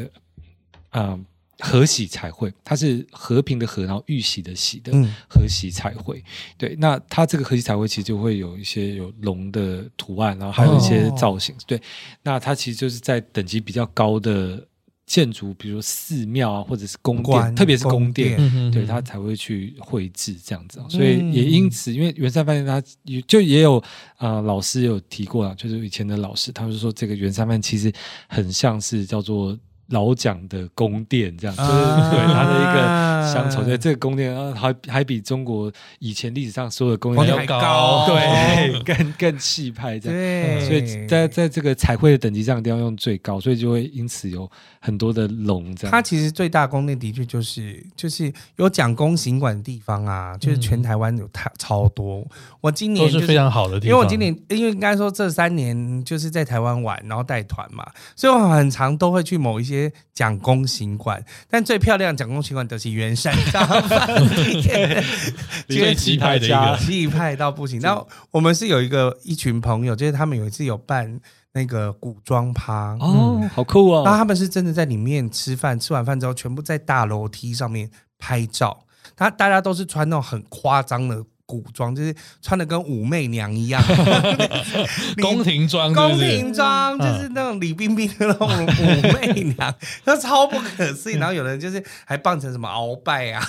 Speaker 3: 啊、呃和喜彩绘，它是和平的和，然后玉玺的玺的
Speaker 4: 嗯
Speaker 3: 和喜彩绘。对，那它这个和喜彩绘其实就会有一些有龙的图案，然后还有一些
Speaker 4: 哦
Speaker 3: 造型。对，那它其实就是在等级比较高的。建筑，比如说寺庙啊，或者是宫殿，
Speaker 4: 观
Speaker 3: 特别是宫
Speaker 4: 宫
Speaker 3: 殿
Speaker 4: 殿，
Speaker 1: 嗯哼
Speaker 3: 对
Speaker 1: 哼
Speaker 3: 他才会去绘制这样子啊、所以也因此，因为圆山饭店它也就也有啊、呃老师也有提过啊，就是以前的老师，他们就说这个圆山饭店其实很像是叫做老蒋的宫殿这样，就是、
Speaker 4: 啊
Speaker 3: 对它的一个乡愁，对这个宫殿啊还还比中国以前历史上所有的宫
Speaker 4: 皇帝
Speaker 3: 殿要
Speaker 1: 嗯高
Speaker 4: 还
Speaker 1: 哦
Speaker 4: 高，
Speaker 3: 对 更更气派这样。
Speaker 4: 对，
Speaker 3: 所以在在这个彩绘的等级上一定要用最高，所以就会因此有很多的龙这样。
Speaker 4: 它其实最大功能的确就是就是有讲公行馆的地方啊，就是全台湾有太超多。我今年
Speaker 1: 嗯都
Speaker 4: 就是
Speaker 1: 非常好的地方，
Speaker 4: 因为我今年，因为应该说这三年就是在台湾玩，然后带团嘛，所以我很常都会去某一些蒋公行馆。但最漂亮的蒋公行馆得是圆山大饭 店，
Speaker 1: 最气派的一个，
Speaker 4: 气派到不行。那我们是有一个一群朋友，就是他们有一次有办那个古装趴，
Speaker 3: 哦，好酷哦！
Speaker 4: 然后他们是真的在里面吃饭，吃完饭之后全部在大楼梯上面拍照，他大家都是穿那种很夸张的。古装，就是穿的跟武媚娘一样， 你
Speaker 1: 宫廷装，
Speaker 4: 宫
Speaker 1: 是不是嗯
Speaker 4: 廷装就是那种李冰冰的那种武媚娘， 那超不可思
Speaker 1: 嗯
Speaker 4: 议。然后有人就是还扮成什么鳌拜啊，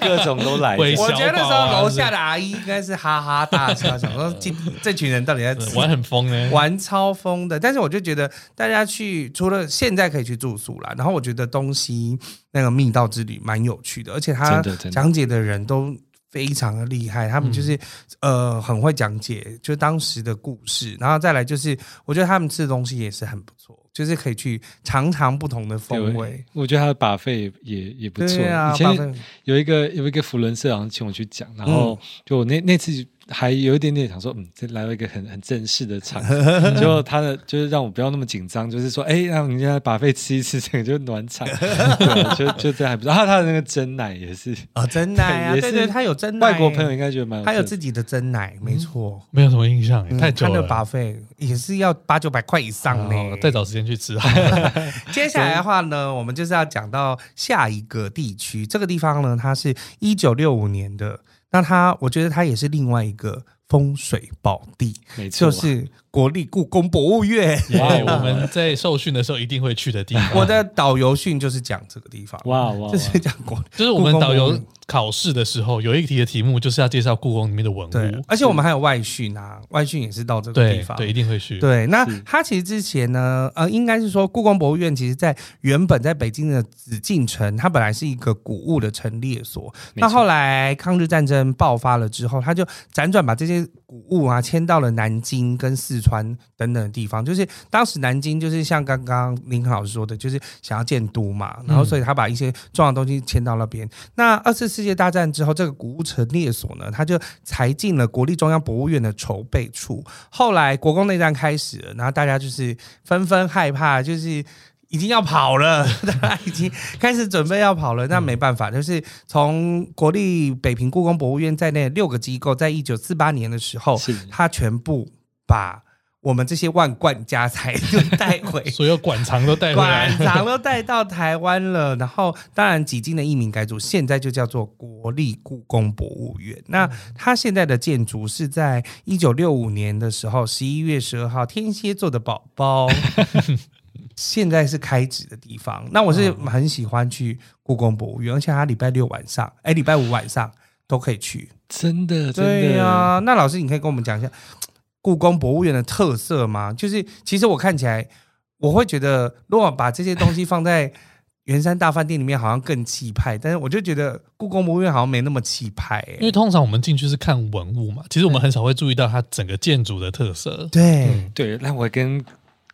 Speaker 3: 各种都 来。
Speaker 1: 喂
Speaker 4: 我觉得那时
Speaker 1: 小宝啊
Speaker 4: 候楼下的阿姨应该是哈哈大笑，想说这这群人到底在
Speaker 1: 嗯玩很疯呢。
Speaker 4: 玩超疯的。但是我就觉得大家去除了现在可以去住宿啦，然后我觉得东西那个密道之旅蛮有趣的，而且他
Speaker 3: 真的真的
Speaker 4: 讲解的人都。非常的厉害，他们就是、
Speaker 3: 嗯
Speaker 4: 呃很会讲解，就当时的故事，然后再来就是，我觉得他们吃的东西也是很不错，就是可以去尝尝不同的风味。
Speaker 3: 我觉得他的把费也也不错。
Speaker 4: 对啊，
Speaker 3: 以
Speaker 4: 巴
Speaker 3: 前
Speaker 4: 菲
Speaker 3: 有一个有一个福伦社好像请我去讲，然
Speaker 4: 嗯
Speaker 3: 后就我那那次还有一点点想说，嗯，这来到一个很很正式的场， 结果他的就是让我不要那么紧张，就是说，哎，让人家把费吃一吃，这个就暖 场，对就就这样还不错。然后他的那个真奶也是，
Speaker 4: 啊、真奶啊，
Speaker 3: 也
Speaker 4: 对
Speaker 3: 是
Speaker 4: 对，他有真奶，
Speaker 3: 外国朋友应嗯该觉得蛮
Speaker 4: 他有
Speaker 3: 趣的
Speaker 4: 自己的真奶，没错。嗯
Speaker 1: 没有什么印象
Speaker 3: 嗯
Speaker 1: 耶，太久
Speaker 4: 他
Speaker 1: 了
Speaker 4: 的。把费也是要八九百块以上呢。
Speaker 1: 哦再找时间去 吃好了。
Speaker 4: 接下来的话呢，我们就是要讲到下一个地区。这个地方呢，它是一九六五年的，那它我觉得它也是另外一个风水宝地，
Speaker 3: 没错
Speaker 4: 就
Speaker 3: 啊，
Speaker 4: 是国立故宫博物 院。
Speaker 1: 哇，
Speaker 3: 哇哦
Speaker 1: 我们在受训的时候一定会去的地方。
Speaker 4: 我的导游训就是讲这个地方，
Speaker 3: 哇哦哇，哇
Speaker 4: 就是讲国
Speaker 1: 就是我们导游考试的时候有一题的题目就是要介绍故宫里面的文
Speaker 4: 对
Speaker 3: 哦
Speaker 1: 物，，
Speaker 4: 而且我们还有外训啊，外训也是到这个地
Speaker 1: 对
Speaker 4: 方。
Speaker 1: 对，一定会去。
Speaker 4: 对，那
Speaker 3: 是
Speaker 4: 它其实之前呢，呃，应该是说故宫博物院，其实在原本在北京的紫禁城，它本来是一个古物的陈列所。
Speaker 3: 没
Speaker 4: 那
Speaker 3: 错
Speaker 4: 后来抗日战争爆发了之后，它就辗转把这些古物啊迁到了南京跟四川等等的地方。就是当时南京就是像刚刚林肯老师说的，就是想要建都嘛，然后所
Speaker 3: 嗯
Speaker 4: 以他把一些重要的东西迁到那边。那二次世界大战之后，这个古物陈列所呢，它就裁进了国立中央博物院的筹备处。后来国共内战开始了，然后大家就是纷纷害怕，就是。已经要跑了， 大家已经开始准备要跑了。那没办法，就是从国立北平故宫博物院在内的六个机构，在一九四八年的时候，
Speaker 3: 是
Speaker 4: 他全部把我们这些万贯家财 就带回
Speaker 1: 所有馆藏都带回
Speaker 4: 馆
Speaker 1: 来。
Speaker 4: 藏都带到台湾了，然后当然几经的译名改组，现在就叫做国立故宫博物院。那
Speaker 1: 嗯
Speaker 4: 它现在的建筑是在一九六五年的时候，十一月十二号，天蝎座的宝宝。 现在是开指的地方，那我
Speaker 1: 嗯
Speaker 4: 是很喜欢去故宫博物院，而且它礼拜六晚上，哎，礼拜五晚上都可以去。
Speaker 3: 真的真的
Speaker 4: 对呀、那老师，你可以跟我们讲一下故宫博物院的特色吗？就是其实我看起来，我会觉得，如果把这些东西放在圆山大饭店里面，好像更气派，但是我就觉得故宫博物院好像没那么气派、欸。
Speaker 1: 因为通常我们进去是看文物嘛，其实我们很少会注意到它整个建筑的特色。
Speaker 4: 对、
Speaker 3: 对，那我跟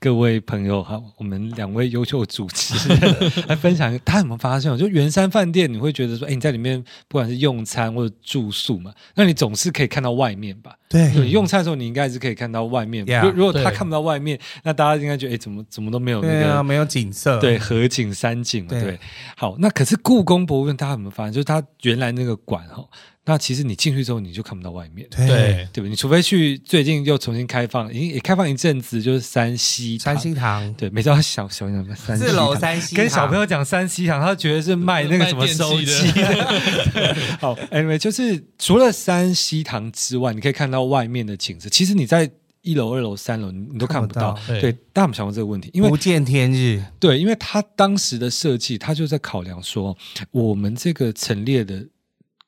Speaker 3: 各位朋友哈，我们两位优秀主持 人来分享，大家有没有发现哦？就圆山饭店，你会觉得说，哎，你在里面不管是用餐或者住宿嘛，那你总是可以看到外面吧？
Speaker 4: 对
Speaker 3: 对，用餐的时候你应该是可以看到外面。
Speaker 4: 嗯 Yeah
Speaker 3: 如如果他
Speaker 1: 对
Speaker 3: 看不到外面，那大家应该觉得，哎，怎么怎么都没有那
Speaker 4: 对啊，
Speaker 3: 个。
Speaker 4: 没有景色。
Speaker 3: 对，河景、山景嘛，
Speaker 4: 对
Speaker 3: 对，好，那可是故宫博物院，大家有没有发现，就是它原来那个馆哈，那其实你进去之后，你就看不到外面，
Speaker 4: 对
Speaker 1: 对，
Speaker 3: 对吧？你除非去最近又重新开放，已经也开放一阵子，就是山西
Speaker 4: 三
Speaker 3: 堂
Speaker 4: 星堂
Speaker 3: 对，每次要小啊小讲山西
Speaker 4: 四楼
Speaker 3: 堂
Speaker 4: 三星堂
Speaker 3: 跟小朋友讲山西堂，他觉得是卖那个什么收
Speaker 1: 卖电
Speaker 3: 机
Speaker 1: 器
Speaker 3: 的。 好，anyway，就是除了山西堂之外，你可以看到外面的景色。其实你在一楼、二楼、三楼，你你都看不到。
Speaker 1: 看不到对
Speaker 3: 对，大家有没有想过这个问题？因为
Speaker 4: 不见天日，
Speaker 3: 对，因为他当时的设计，他就在考量说，我们这个陈列的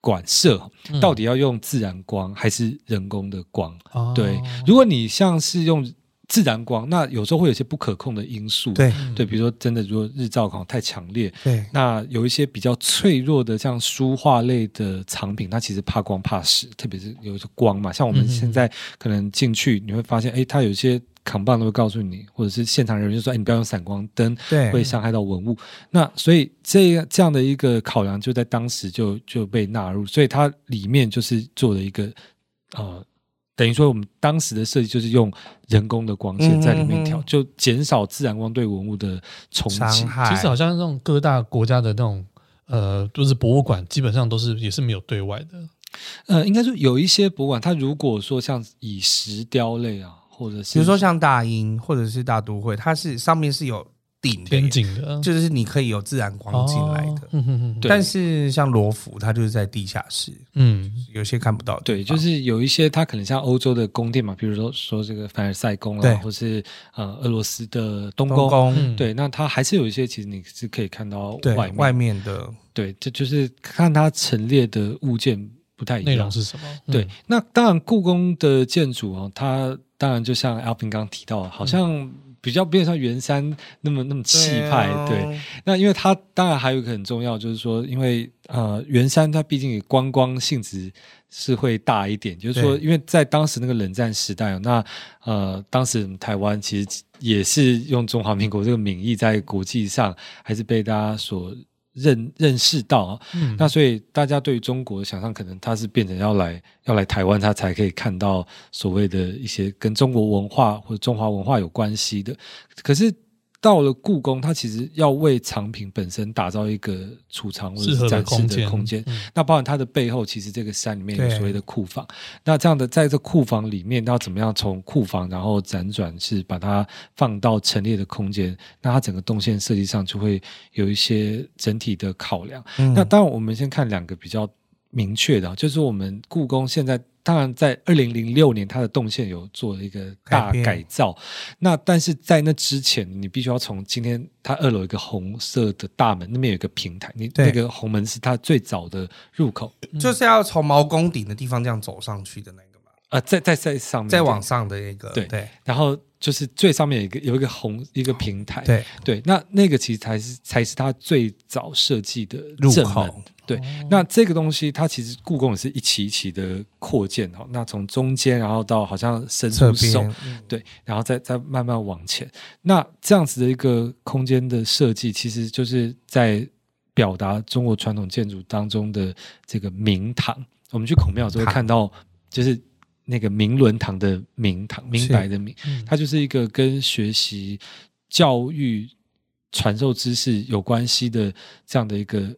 Speaker 3: 馆舍
Speaker 1: 嗯
Speaker 3: 到底要用自然光还是人工的光？
Speaker 1: 哦
Speaker 3: 对，如果你像是用自然光，那有时候会有一些不可控的因素。
Speaker 4: 对
Speaker 3: 对，比如说真的，如果日照可能太强烈，
Speaker 4: 对
Speaker 3: 那有一些比较脆弱的，像书画类的藏品，它其实怕光怕湿，特别是有一个光嘛。像我
Speaker 1: 嗯
Speaker 3: 们
Speaker 1: 嗯
Speaker 3: 现在可能进去，你会发现，哎，它有一些扛棒都会告诉你，或者是现场人员就说，哎，你不要用闪光灯，
Speaker 4: 对，
Speaker 3: 会伤害到文物。那所以这样这样的一个考量，就在当时就就被纳入，所以它里面就是做了一个呃，等于说我们当时的设计就是用人工的光线在里面
Speaker 4: 嗯
Speaker 3: 调，
Speaker 4: 嗯嗯
Speaker 3: 就减少自然光对文物的冲
Speaker 4: 伤
Speaker 3: 击。
Speaker 4: 害。
Speaker 1: 其实好像那种各大国家的那种呃，就是博物馆基本上都是也是没有对外的。
Speaker 3: 呃，应该说有一些博物馆，它如果说像以石雕类啊，或者是
Speaker 4: 比如说像大英或者是大都会，它是上面是有定的
Speaker 1: 天
Speaker 4: 耶，
Speaker 1: 井的，
Speaker 4: 就是你可以有自然光进来
Speaker 1: 嗯
Speaker 4: 的
Speaker 1: 哦。嗯嗯嗯，
Speaker 3: 对
Speaker 4: 但是像罗浮，它就是在地下室，
Speaker 1: 嗯
Speaker 4: 有些看不到的地
Speaker 3: 对，
Speaker 4: 方。
Speaker 3: 就是有一些它可能像欧洲的宫殿嘛，比如说说这个凡尔赛宫
Speaker 4: 对
Speaker 3: 啦，或是呃俄罗斯的东
Speaker 4: 东
Speaker 1: 嗯
Speaker 3: 宫，
Speaker 4: 宫，
Speaker 3: 对，那它还是有一些其实你是可以看到
Speaker 4: 对啊
Speaker 3: 外面，
Speaker 4: 外面的
Speaker 3: 对，这就是看它陈列的物件不太一
Speaker 1: 内
Speaker 3: 样
Speaker 1: 容。是什么？嗯
Speaker 3: 对，，那当然故宫的建筑哦，它当然就像 Alvin 刚刚提到的，好像比较没有像圆山那么那么气派，对。
Speaker 4: 啊
Speaker 3: 那因为它当然还有一个很重要，就是说，因为呃，圆山它毕竟观光性质是会大一点，就是说，
Speaker 4: 对
Speaker 3: 因为在当时那个冷战时代哦，那呃，当时台湾其实也是用中华民国这个名义在国际上还是被大家所认认识到哦、
Speaker 1: 嗯
Speaker 3: 那所以大家对于中国的想象，可能它是变成要来要来台湾，它才可以看到所谓的一些跟中国文化或者中华文化有关系的。可是到了故宫，它其实要为藏品本身打造一个储藏或者
Speaker 1: 适合
Speaker 3: 是
Speaker 1: 的
Speaker 3: 展示
Speaker 1: 空
Speaker 3: 的
Speaker 1: 间，
Speaker 3: 空间。
Speaker 1: 嗯
Speaker 3: 那包含它的背后，其实这个山里面有
Speaker 4: 对
Speaker 3: 所谓的库房。那这样的，在这库房里面，要怎么样从库房，然后辗转是把它放到陈列的空间？那它整个动线设计上就会有一些整体的考量。
Speaker 4: 嗯
Speaker 3: 那当然，我们先看两个比较明确的啊，就是我们故宫现在当然在二零零六年它的动线有做了一个大
Speaker 4: 改变
Speaker 3: 改造，那但是在那之前，你必须要从今天它二楼有一个红色的大门，那边有一个平台，你
Speaker 4: 对
Speaker 3: 那个红门是它最早的入口
Speaker 4: 就是要从毛公顶的地方这样走上去的那个嘛，
Speaker 3: 啊、在在在上面
Speaker 4: 再往
Speaker 3: 对
Speaker 4: 上的一个，对
Speaker 3: 然后就是最上面有一个有一个红一个平台，
Speaker 4: 对，
Speaker 3: 对，那那个其实才是才是它最早设计的
Speaker 4: 入
Speaker 3: 正门
Speaker 4: 口，
Speaker 3: 对，那这个东西它其实故宫也是一期一期的扩建哦，那从中间然后到好像伸
Speaker 4: 侧
Speaker 3: 出手，
Speaker 4: 边，
Speaker 3: 对，然后再再慢慢往前。那这样子的一个空间的设计，其实就是在表达中国传统建筑当中的这个明堂。我们去孔庙的时候会
Speaker 4: 堂
Speaker 3: 看到，就是那个明伦堂的明堂，明
Speaker 4: 是
Speaker 3: 白的明，
Speaker 1: 嗯
Speaker 3: 它就是一个跟学习、教育、传授知识有关系的这样的一个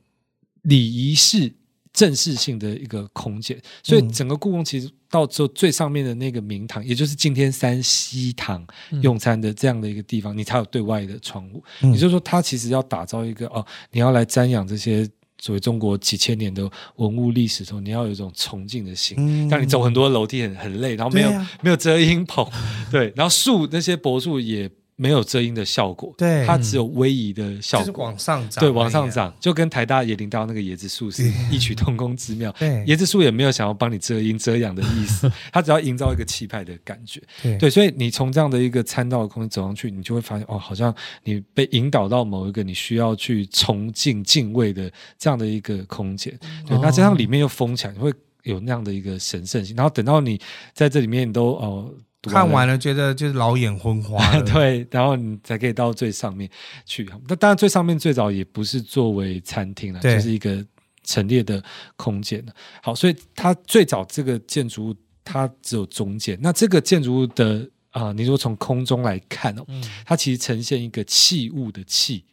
Speaker 3: 礼仪式正式性的一个空间。所以
Speaker 4: 嗯
Speaker 3: 整个故宫其实到最后最上面的那个明堂，也就是今天三西堂
Speaker 1: 嗯
Speaker 3: 用餐的这样的一个地方，你才有对外的窗户。
Speaker 4: 嗯
Speaker 3: 也就是说，它其实要打造一个哦，你要来瞻仰这些。所谓中国几千年的文物历史中，你要有一种崇敬的心，
Speaker 4: 嗯
Speaker 3: 让你走很多楼梯很很累，然后没有、
Speaker 4: 对啊
Speaker 3: 没有遮阴棚，对，然后树那些柏树也没有遮阴的效果，
Speaker 4: 对
Speaker 3: 它只有逶迤的效
Speaker 4: 就是
Speaker 3: 果，
Speaker 4: 往上啊涨，
Speaker 3: 对，往上，涨，就跟台大椰林道那个椰子树是异曲同工之妙。
Speaker 4: 对
Speaker 3: 椰子树也没有想要帮你遮阴遮阳的意思，它只要营造一个气派的感觉。
Speaker 4: 对
Speaker 3: 对，所以你从这样的一个参道的空间走上去，你就会发现哦，好像你被引导到某一个你需要去崇敬敬畏的这样的一个空间。
Speaker 4: 嗯
Speaker 3: 对，那加上里面又封起来，你会有那样的一个神圣性。然后等到你在这里面你都哦。读
Speaker 4: 看
Speaker 3: 了
Speaker 4: 完了觉得就是老眼昏花了，
Speaker 1: 嗯
Speaker 3: 对，然后你才可以到最上面去。那当然，最上面最早也不是作为餐厅了，
Speaker 4: 对
Speaker 3: 就是一个陈列的空间了。好，所以它最早这个建筑物它只有中间，那这个建筑物的啊、你如果从空中来看哦，
Speaker 1: 嗯
Speaker 3: 它其实呈现一个器物的器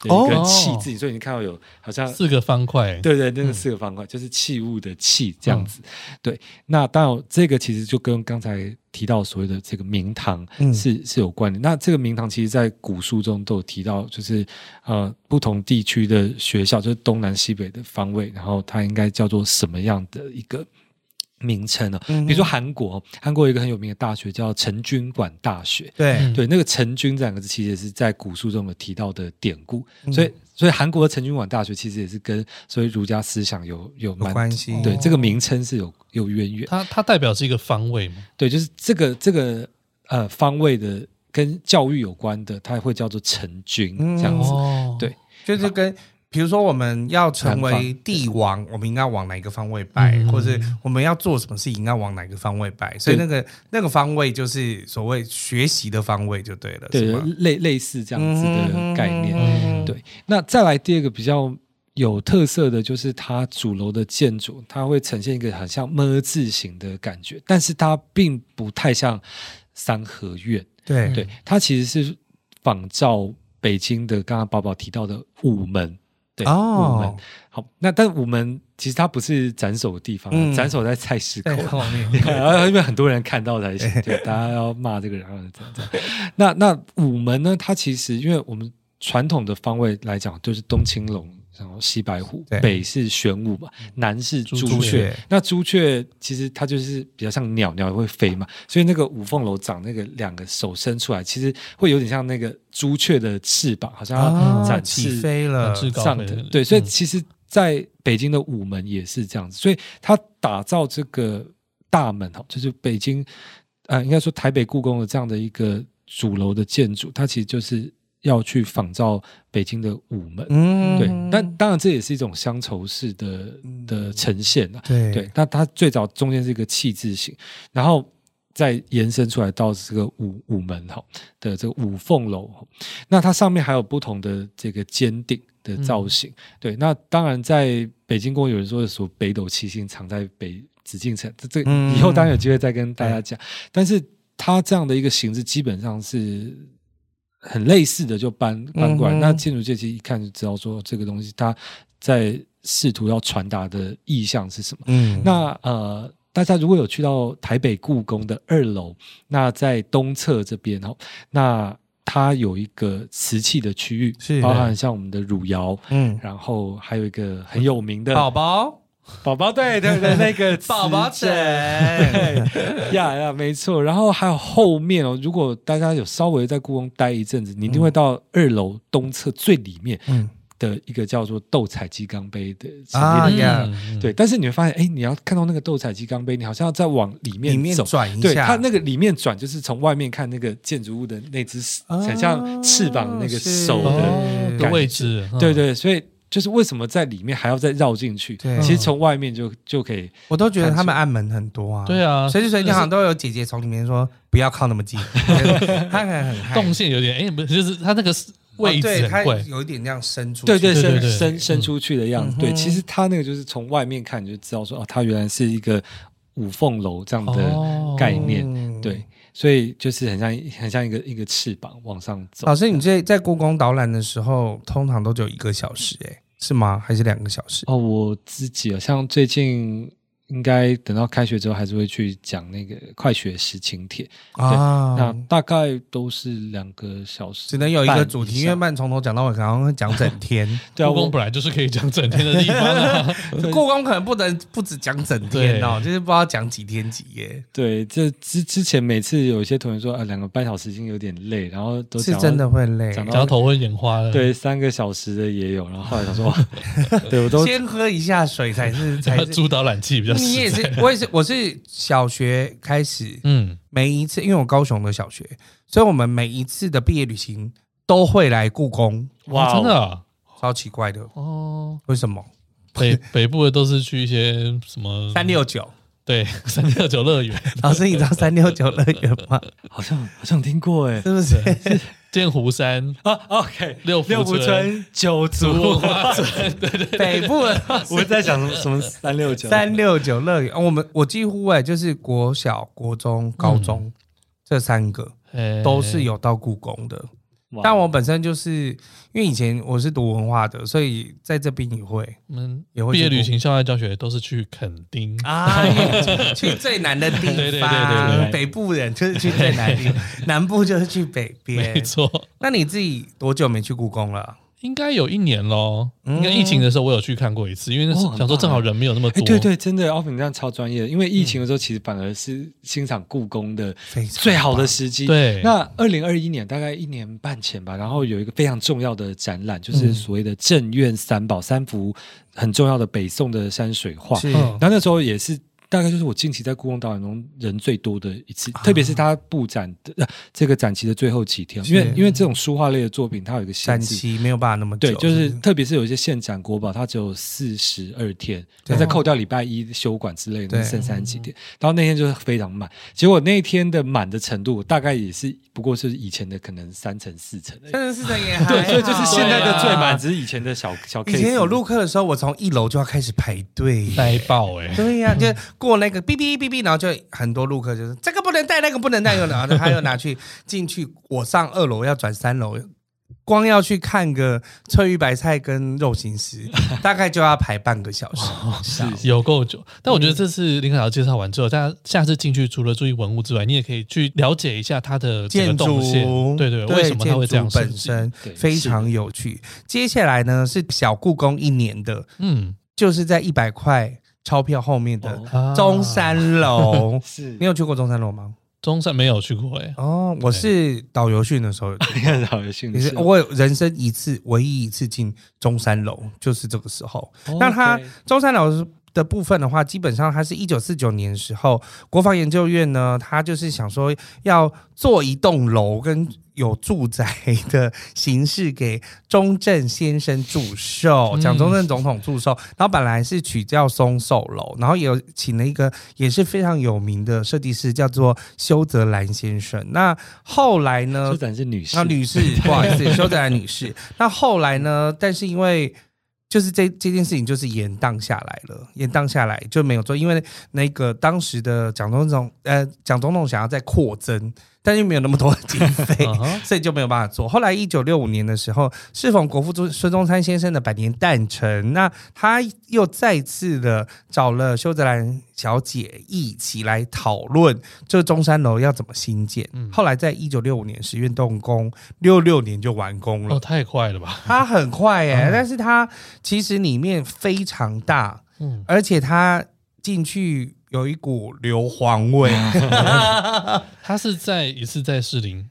Speaker 3: 的一个
Speaker 1: 哦
Speaker 3: 器字，所以你看到有好像
Speaker 1: 嗯四个方块，
Speaker 3: 对对，
Speaker 4: 嗯
Speaker 3: 那个四个方块、就是器物的器这样子。对，那当然这个其实就跟刚才提到所谓的这个明堂
Speaker 4: 嗯
Speaker 3: 是、是有关联。那这个明堂其实，在古书中都有提到，就是呃不同地区的学校，就是东南西北的方位，然后它应该叫做什么样的一个。名称呢、
Speaker 4: 嗯哼
Speaker 3: 比如说韩国，韩国有一个很有名的大学叫成均馆大学，
Speaker 4: 对
Speaker 1: 嗯
Speaker 3: 对，那个成均这两个字其实也是在古书中有提到的典故，
Speaker 4: 嗯
Speaker 3: 所以所以韩国的成均馆大学其实也是跟所谓儒家思想有有
Speaker 4: 有
Speaker 3: 蛮
Speaker 4: 关系，
Speaker 3: 对
Speaker 1: 哦
Speaker 3: 这个名称是有有渊源，
Speaker 1: 它它代表是一个方位嘛，
Speaker 3: 对，就是这个这个呃方位的跟教育有关的，它会叫做成均
Speaker 4: 嗯
Speaker 3: 这样子，
Speaker 1: 哦
Speaker 3: 对
Speaker 4: 就是跟。比如说，我们要成为帝王，我们应该往哪个方位拜，
Speaker 1: 嗯
Speaker 4: 或者我们要做什么事情，应该往哪个方位拜。所以那个那个方位就是所谓学习的方位就对了，
Speaker 3: 对
Speaker 4: 是吗？嗯
Speaker 3: 类类似这样子的概念，
Speaker 1: 嗯
Speaker 3: 对，那再来第二个比较有特色的就是它主楼的建筑，它会呈现一个很像么字形的感觉，但是它并不太像三合院，
Speaker 4: 对啊
Speaker 3: 对，它其实是仿照北京的刚刚宝宝提到的午门。对，午门
Speaker 4: 哦，
Speaker 3: 好，那但午门其实它不是斩首的地方啊，
Speaker 4: 嗯
Speaker 3: 斩首在菜市口啊
Speaker 4: 在，后
Speaker 1: 嗯
Speaker 4: 面，
Speaker 3: 然后因为很多人看到才行，对，大家要骂这个人，然后这样这样。那那午门呢？它其实因为我们传统的方位来讲，就是东青龙，然后西白虎
Speaker 4: 对，嗯
Speaker 3: 北是玄武嘛，南是朱
Speaker 1: 朱
Speaker 4: 雀
Speaker 3: 那朱雀其实它就是比较像鸟，鸟也会飞嘛，所以那个五凤楼长那个两个手伸出来，其实会有点像那个朱雀的翅膀，好像要
Speaker 4: 啊，
Speaker 3: 展
Speaker 4: 起
Speaker 3: 翅
Speaker 4: 飞了
Speaker 1: 展，翅高
Speaker 3: 上
Speaker 1: 飞
Speaker 3: 的
Speaker 1: 的
Speaker 3: 对，所以
Speaker 1: 嗯
Speaker 3: 其实在北京的午门也是这样子，所以他打造这个大门哦，就是北京，呃，应该说台北故宫的这样的一个主楼的建筑，它其实就是要去仿照北京的午门。
Speaker 4: 嗯
Speaker 3: 对，但当然这也是一种乡愁式的的呈现啊。
Speaker 4: 对
Speaker 3: 对，那它最早中间是一个气字形，然后再延伸出来到这个午午门哈的这个五凤楼，那它上面还有不同的这个尖顶的
Speaker 4: 嗯
Speaker 3: 造型。对，那当然在北京宫有人说的说北斗七星藏在北紫禁城，这这
Speaker 4: 嗯
Speaker 3: 以后当然有机会再跟大家讲，但是它这样的一个形式基本上是。很类似的就搬搬过来，
Speaker 4: 嗯哼
Speaker 3: 那建筑界其实一看就知道说这个东西它在试图要传达的意象是什么。
Speaker 4: 嗯
Speaker 3: 那呃，大家如果有去到台北故宫的二楼，那在东侧这边哦，那它有一个瓷器的区域，
Speaker 4: 是
Speaker 3: 包含像我们的汝窑，
Speaker 4: 嗯，
Speaker 3: 然后还有一个很有名的
Speaker 4: 宝宝
Speaker 3: 宝宝，对对对，那个瓷
Speaker 4: 宝宝枕，
Speaker 3: 呀呀，没错。然后还有后面哦，如果大家有稍微在故宫待一阵子，你一定会到二楼东侧最里 面
Speaker 4: 嗯
Speaker 3: 的一个叫做斗彩鸡缸杯的陈列
Speaker 4: 啊
Speaker 3: 的
Speaker 4: 呀，
Speaker 1: 嗯
Speaker 3: 对，但是你会发现，哎，你要看到那个斗彩鸡缸杯，你好像要再往里
Speaker 4: 里面
Speaker 3: 走。
Speaker 4: 转一
Speaker 3: 对，
Speaker 4: 下，
Speaker 3: 它那个里面转就是从外面看那个建筑物的那只手，
Speaker 4: 啊
Speaker 3: 很像翅膀的那个
Speaker 4: 是
Speaker 3: 手的，
Speaker 1: 哦的
Speaker 3: 感觉
Speaker 1: 位置，嗯
Speaker 3: 对，对，所以就是为什么在里面还要再绕进去？
Speaker 4: 对
Speaker 3: 其实从外面就就可以，
Speaker 4: 我都觉得他们暗门很多啊。
Speaker 1: 对啊
Speaker 4: 随时随地好像都有姐姐从里面说不要靠那么 近，他可能很害
Speaker 1: 动线有点哎，不是就是它那个位
Speaker 4: 哦对
Speaker 1: 置
Speaker 4: 他
Speaker 1: 很贵，
Speaker 4: 有一点那样伸出去。
Speaker 3: 对对，
Speaker 1: 对
Speaker 3: 伸
Speaker 1: 对
Speaker 3: 伸伸
Speaker 1: 嗯
Speaker 3: 出去的样子。对，其实它那个就是从外面看你就知道说，哦，它原来是一个五凤楼这样的
Speaker 1: 哦
Speaker 3: 概念。
Speaker 4: 嗯
Speaker 3: 对，所以就是很像很像一个一个翅膀往上走。
Speaker 4: 老师，你这在故宫导览的时候，通常都只有一个小时、哎，是吗？还是两个小时？
Speaker 3: 哦，我自己啊，像最近应该等到开学之后，还是会去讲那个快学时请帖，哦那
Speaker 4: 啊，
Speaker 3: 大概都是两个小时，
Speaker 4: 只能有一个主
Speaker 3: 半以
Speaker 4: 题，
Speaker 3: 上
Speaker 4: 因为慢从头讲到尾，可能会讲整天。
Speaker 3: 对啊，
Speaker 1: 故宫
Speaker 3: 我
Speaker 1: 本来就是可以讲整天的地方 啊，
Speaker 4: 故宫可能不能不止讲整天哦，就是不知道讲几天几夜，
Speaker 3: 对这之之前每次有一些同学说啊，两个半小时已经有点累，然后都
Speaker 4: 是
Speaker 3: 讲到
Speaker 4: 真的会累。
Speaker 3: 讲
Speaker 1: 讲到头昏眼花了。
Speaker 3: 对三个小时的也有，然后后来想说，哇对我 都
Speaker 4: 先喝一下水才是 才
Speaker 1: 要
Speaker 4: 是
Speaker 1: 主导览器比较
Speaker 4: 你也
Speaker 1: 实在。
Speaker 4: 是，我也是，我是小学开始，
Speaker 1: 嗯，
Speaker 4: 每一次，因为我高雄的小学，所以我们每一次的毕业旅行都会来故宫，
Speaker 1: 哇，
Speaker 3: 哦
Speaker 1: 真的啊
Speaker 4: 超奇怪的，
Speaker 1: 哦。
Speaker 4: 为什么？
Speaker 1: 北北部的都是去一些什么
Speaker 4: 三六九，
Speaker 1: 对 三六九乐园、
Speaker 4: 老师，你知道三六九乐园吗？
Speaker 3: 好像好像听过哎
Speaker 4: 是不是？
Speaker 1: 剑湖山、
Speaker 3: 啊，OK，
Speaker 1: 六福
Speaker 3: 六福
Speaker 1: 村、
Speaker 3: 村九
Speaker 1: 文
Speaker 3: 族，
Speaker 1: 化村，对对
Speaker 4: 北部的
Speaker 3: 我在想什么什么三六九
Speaker 4: 三六九乐园，哦我们我几乎哎、就是国小、国中、
Speaker 3: 嗯
Speaker 4: 高中、这三个
Speaker 1: 对，
Speaker 4: 都是有到故宫的。
Speaker 3: 哇
Speaker 4: 但我本身就是因为以前我是读文化的，所以在这边也会。
Speaker 1: 我们
Speaker 4: 也会
Speaker 1: 毕
Speaker 4: 去
Speaker 1: 业旅
Speaker 4: 过
Speaker 1: 行、校外教学都是去垦丁
Speaker 4: 啊，去最南的地方，
Speaker 1: 对对对对
Speaker 3: 对
Speaker 4: 北部人就是去最南地，南部就是去北
Speaker 1: 没
Speaker 4: 边。
Speaker 1: 错，
Speaker 4: 那你自己多久没去故宫了？
Speaker 1: 应该有一年喽。
Speaker 4: 嗯
Speaker 1: 应该疫情的时候我有去看过一次，因为那时
Speaker 3: 哦很
Speaker 1: 想说
Speaker 3: 棒
Speaker 1: 正好人没有那么
Speaker 3: 哎，
Speaker 1: 多。
Speaker 3: 对对，真的，奥平这样超专业的。因为疫情的时候，其实反而是欣赏故宫的
Speaker 4: 非常
Speaker 3: 最好的
Speaker 4: 棒
Speaker 3: 时机。
Speaker 1: 对
Speaker 3: 那二零二一年大概一年半前吧，然后有一个非常重要的展览，就是
Speaker 4: 嗯
Speaker 3: 所谓的镇院三宝、三幅很重要的北宋的山水画。
Speaker 4: 是
Speaker 1: 嗯
Speaker 3: 然后那时候也是。大概就是我近期在故宫导览中人最多的一
Speaker 4: 啊
Speaker 3: 次，特别是它布展的、呃这个展期的最后几天，因为
Speaker 4: 是
Speaker 3: 因为这种书画类的作品，它有一个限
Speaker 4: 展
Speaker 3: 制，
Speaker 4: 期没有办法那么久，嗯
Speaker 3: 对，就是特别是有一些现展国宝，它只有四十二天，
Speaker 4: 对
Speaker 3: 那再扣掉礼拜一休馆之类的，
Speaker 4: 对
Speaker 3: 那剩三十几天。然后那天就是非常满，结果那一天的满的程度大概也是不过是以前的可能三成四成而已。
Speaker 4: 真的是这样。
Speaker 3: 对，所以就是现在的最
Speaker 4: 对
Speaker 3: 满，
Speaker 4: 啊。
Speaker 3: 只是以前的小小 case。
Speaker 4: 以前有录课的时候，我从一楼就要开始排队。
Speaker 1: 呆爆 哎、
Speaker 4: 对呀、就过那个哔哔哔哔，然后就很多路客就是这个不能带，那个不能带，又拿，然后他又拿去进去，我上二楼要转三楼，光要去看个翠玉白菜跟肉形 师，大概就要排半个小时。
Speaker 3: 是
Speaker 1: 有够久。但我觉得
Speaker 4: 嗯
Speaker 1: 这次林肯老师介绍完之后，大家下次进去除了注意文物之外，你也可以去了解一下它的整个
Speaker 4: 建
Speaker 1: 动线
Speaker 4: 筑，，
Speaker 1: 对对，为什么它会这样
Speaker 4: 建
Speaker 1: 设
Speaker 4: 筑本
Speaker 1: 计？
Speaker 4: 身
Speaker 3: 对
Speaker 4: 非常有趣。接下来呢是小故宫一年的，
Speaker 1: 嗯，
Speaker 4: 就是在一百块钞票后面的
Speaker 3: 哦。
Speaker 1: 啊
Speaker 4: 中山 楼
Speaker 3: 是
Speaker 4: 你有去过中山楼吗？
Speaker 1: 中山没有去过哎、
Speaker 4: 哦，我是导游训的时候有去，
Speaker 3: 看到有兴
Speaker 4: 也是哦
Speaker 3: 趣，
Speaker 4: 我有人生一次唯一一次进中山楼，就是这个时候。
Speaker 3: 哦
Speaker 4: 那它
Speaker 3: OK
Speaker 4: 中山楼的部分的话，基本上它是一九四九年时候，国防研究院呢，它就是想说要做一栋楼跟有住宅的形式给中正先生祝寿，
Speaker 1: 嗯
Speaker 4: 蒋中正总统祝寿。然后本来是取叫松寿楼，然后也有请了一个也是非常有名的设计师，叫做修泽兰先生。那后来呢
Speaker 3: 舒？展是女士
Speaker 4: 呃那，女士，啊 不好意思，修德兰女士。那后来呢？但是因为就是这这件事情就是延宕下来了，延宕下来就没有做，因为那个当时的蒋总统，呃，蒋总统想要再扩增，但又没有那么多经 费。
Speaker 1: 啊哈
Speaker 4: 所以就没有办法做。后来一九六五年的时候，适逢国父孙孙中山先生的百年诞辰，那他又再次的找了修泽兰小姐一起来讨论这中山楼要怎么新建。
Speaker 1: 嗯
Speaker 4: 后来在一九六五年十月动工，六六年就完工了。
Speaker 1: 哦，太快了吧？
Speaker 4: 它很快耶、
Speaker 1: 嗯
Speaker 4: 但是它其实里面非常大，
Speaker 1: 嗯，
Speaker 4: 而且它进去有一股硫磺味。
Speaker 1: 啊 它是在也是在士林
Speaker 4: 在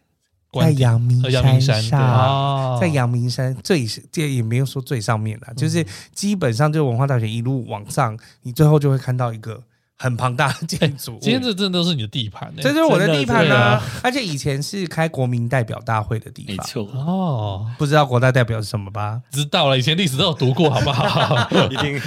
Speaker 1: 关
Speaker 4: 阳明
Speaker 1: 呃阳明山
Speaker 4: 山
Speaker 1: 对
Speaker 4: 上，
Speaker 1: 哦嗯
Speaker 4: 在阳明山最这也没有说最上面啦，就是基本上就文化大学一路往上，你最后就会看到一个很庞大的建 筑物。
Speaker 1: 今天哎这真的都是你的地盘哎、
Speaker 4: 这就是我的地盘
Speaker 1: 真的
Speaker 4: 啊
Speaker 1: 啊！
Speaker 4: 而且以前是开国民代表大会的地
Speaker 3: 没
Speaker 4: 方，
Speaker 3: 错，
Speaker 1: 哦，
Speaker 4: 不知道国大代表是什么 吧？
Speaker 1: 知道了，以前历史都有读过，好不 好？
Speaker 3: 一定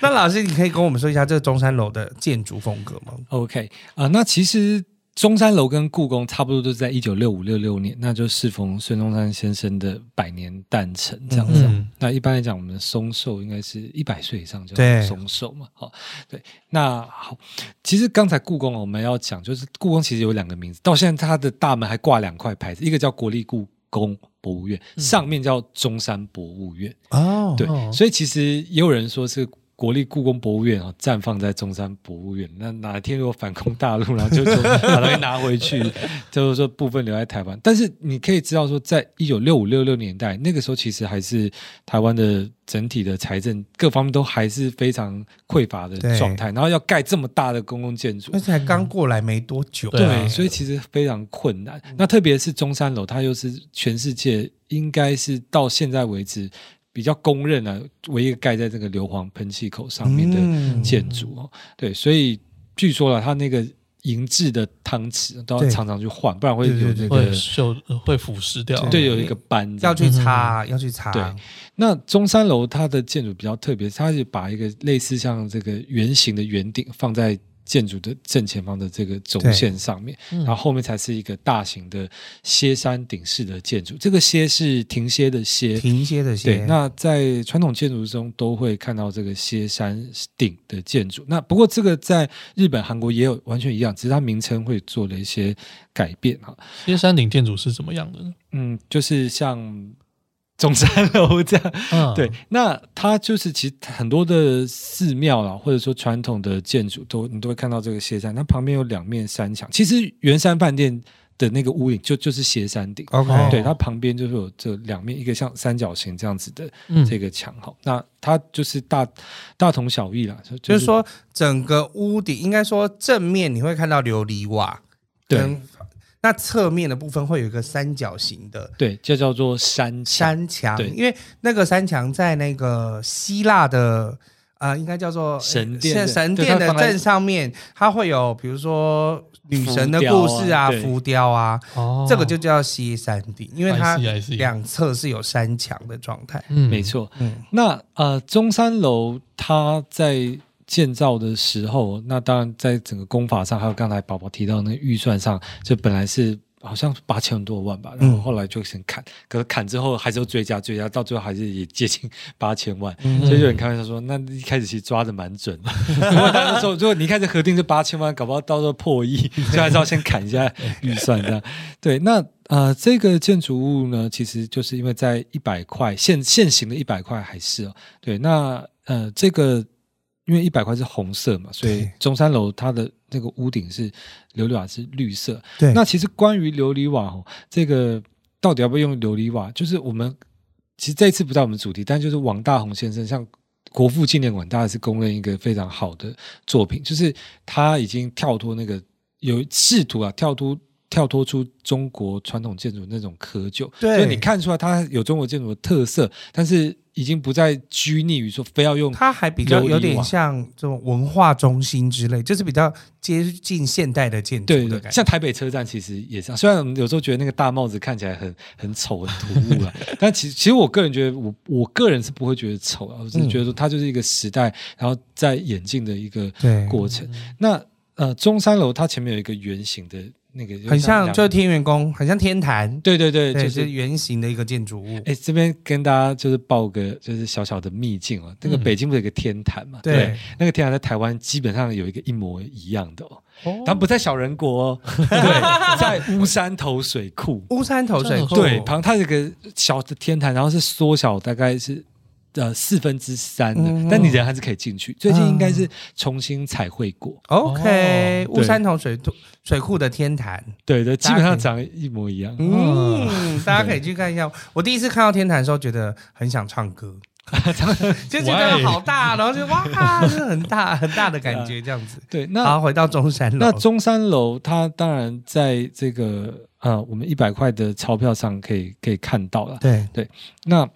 Speaker 4: 那老师，你可以跟我们说一下这个中山楼的建筑风格吗？
Speaker 3: OK 啊、那其实中山楼跟故宫差不多都是在一九六五六六年，那就适逢孙中山先生的百年诞辰这样子。
Speaker 1: 嗯
Speaker 3: 那一般来讲，我们的松寿应该是一百岁以上叫
Speaker 4: 对
Speaker 3: 松寿嘛。好、对，那好，其实刚才故宫我们要讲，就是故宫其实有两个名字，到现在它的大门还挂两块牌子，一个叫国立故宫博物院，
Speaker 1: 嗯
Speaker 3: 上面叫中山博物院。
Speaker 4: 哦
Speaker 3: 对，
Speaker 1: 哦
Speaker 3: 所以其实也有人说是国立故宫博物院啊、绽放在中山博物院。那哪一天如果反攻大陆，然后就就把东西拿 回去，就是说部分留在台湾。但是你可以知道说，在一九六五六六年代那个时候，其实还是台湾的整体的财政各方面都还是非常匮乏的
Speaker 4: 对
Speaker 3: 状态，然后要盖这么大的公共建筑
Speaker 4: 而，且才刚过来没多久，
Speaker 1: 对啊
Speaker 3: 所以其实非常困难。那特别是中山楼，它又是全世界应该是到现在为止比较公认啊，唯一盖在这个硫磺喷气口上面的
Speaker 4: 嗯
Speaker 3: 建筑哦。对，所以据说了，它那个银质的汤匙都要
Speaker 4: 对
Speaker 3: 常常去换，不然会有
Speaker 4: 对对
Speaker 3: 那
Speaker 1: 会
Speaker 3: 个
Speaker 1: 锈，会腐蚀掉。
Speaker 3: 对有一个斑这
Speaker 4: 要
Speaker 3: 样。
Speaker 4: 去擦，要去擦，
Speaker 3: 嗯对那中山楼它的建筑比较特别，它是把一个类似像这个圆形的圆顶放在建筑的正前方的这个轴线上面，
Speaker 1: 嗯
Speaker 3: 然后后面才是一个大型的歇山顶式的建筑。这个歇是停歇的歇。
Speaker 4: 停歇的歇。
Speaker 3: 对，那在传统建筑中都会看到这个歇山顶的建筑。那不过这个在日本、韩国也有完全一样，只是它名称会做了一些改变啊。
Speaker 1: 歇山顶建筑是怎么样 的呢？
Speaker 3: 嗯，就是像中山楼这样，
Speaker 1: 嗯，
Speaker 3: 对，那它就是其实很多的寺庙啦，或者说传统的建筑都你都会看到这个歇山，它旁边有两面山墙。其实圆山饭店的那个屋顶就就是歇山顶，
Speaker 4: OK，
Speaker 1: 哦
Speaker 3: 对，它旁边就是有这两面一个像三角形这样子的
Speaker 1: 嗯，
Speaker 3: 这个墙哈、那它就是大大同小异啦，就
Speaker 4: 就
Speaker 3: 就是
Speaker 4: 说整个屋顶应该说正面你会看到琉璃瓦，
Speaker 3: 对
Speaker 4: 跟那侧面的部分会有一个三角形的
Speaker 3: 对，就叫做山墙
Speaker 4: 山墙
Speaker 3: 对，
Speaker 4: 因为那个山墙在那个希腊的。啊、应该叫做
Speaker 3: 神殿的
Speaker 4: 是神
Speaker 3: 对
Speaker 4: 殿
Speaker 3: 它
Speaker 4: 的
Speaker 3: 放在
Speaker 4: 正上面，它会有比如说女神的
Speaker 3: 浮雕
Speaker 4: 故
Speaker 3: 啊
Speaker 4: 事啊、
Speaker 3: 对
Speaker 4: 浮雕啊，
Speaker 1: 哦
Speaker 4: 这个就叫歇山顶，因为
Speaker 3: 哦
Speaker 4: 它
Speaker 1: I see, I see
Speaker 4: 两侧是有山墙的状态。
Speaker 1: 嗯
Speaker 3: 没，错，
Speaker 4: 嗯，
Speaker 3: 那呃，中山楼它在建造的时候，那当然在整个工法上，还有刚才宝宝提到的那个预算上，就本来是好像八千多万吧，然后后来就先砍，可是砍之后还是又追加追加，到最后还是也接近八千万，所以有人开玩笑说，那一开始其实抓的蛮准的。 如果他们说，如果你一开始核定是八千万，搞不好到时候破亿，所以还是要先砍一下预算这样。对，那呃，这个建筑物呢，其实就是因为在一百块现现行的一百块还是哦，对，那呃这个。因为一百块是红色嘛，所以
Speaker 4: 对
Speaker 3: 中山楼它的那个屋顶是琉璃瓦是绿色，
Speaker 4: 对
Speaker 3: 那其实关于琉璃瓦哦，这个到底要不要用琉璃瓦？就是我们其实这一次不在我们主题，但就是王大闳先生，像国父纪念馆，大家是公认一个非常好的作品，就是他已经跳脱那个有试图啊跳脱。跳脱出中国传统建筑那种窠臼，
Speaker 4: 对
Speaker 3: 所以你看出来它有中国建筑的特色，但是已经不再拘泥于说非要用
Speaker 4: 它还比较
Speaker 3: 琉璃
Speaker 4: 有点
Speaker 3: 瓦
Speaker 4: 像这种文化中心之类，就是比较接近现代的建
Speaker 3: 对
Speaker 4: 筑的
Speaker 3: 对，
Speaker 4: 感觉。
Speaker 3: 像台北车站其实也是，啊虽然我们有时候觉得那个大帽子看起来很很丑、很突 兀了，但其实其实我个人觉得我，我个人是不会觉得丑啊，我只是觉
Speaker 4: 嗯
Speaker 3: 得说它就是一个时代，然后在演进的一个
Speaker 4: 对
Speaker 3: 过程。那呃，中山楼它前面有一个圆形的那个，
Speaker 4: 很像
Speaker 3: 啊两
Speaker 4: 就是天元宫，很像天坛，
Speaker 3: 对对对，
Speaker 4: 对，
Speaker 3: 就
Speaker 4: 就是是圆形的一个建筑物。
Speaker 3: 哎，这边跟大家就是报个就是小小的秘境哦，那个
Speaker 1: 嗯
Speaker 3: 北京不是有一个天坛嘛？
Speaker 4: 对
Speaker 3: 对，那个天坛在台湾基本上有一个一模一样的哦，它不在小人国哦，对，在乌山头水库。
Speaker 4: 乌山头水库，
Speaker 3: 对，旁它有一个小的天坛，然后是缩小，大概是呃四分之三的，
Speaker 4: 嗯
Speaker 3: 但你人还是可以进去。最近应该是重新彩绘过，
Speaker 4: OK，
Speaker 1: 哦
Speaker 4: 乌山头水库水库的天坛，
Speaker 3: 对对，基
Speaker 4: 大家
Speaker 3: 本上
Speaker 4: 可以
Speaker 3: 长得一模一样。
Speaker 4: 嗯，大家可以去看一下。我第一次看到天坛的时候，觉得很想唱歌，就觉得
Speaker 1: Why？
Speaker 4: 好大，然后就哇，就很大很大的感觉这样子。
Speaker 3: 对，那
Speaker 4: 好，回到中山楼
Speaker 3: 那，中山楼它当然在这个呃我们一百块的钞票上可以可以看到了。
Speaker 4: 对，
Speaker 3: 那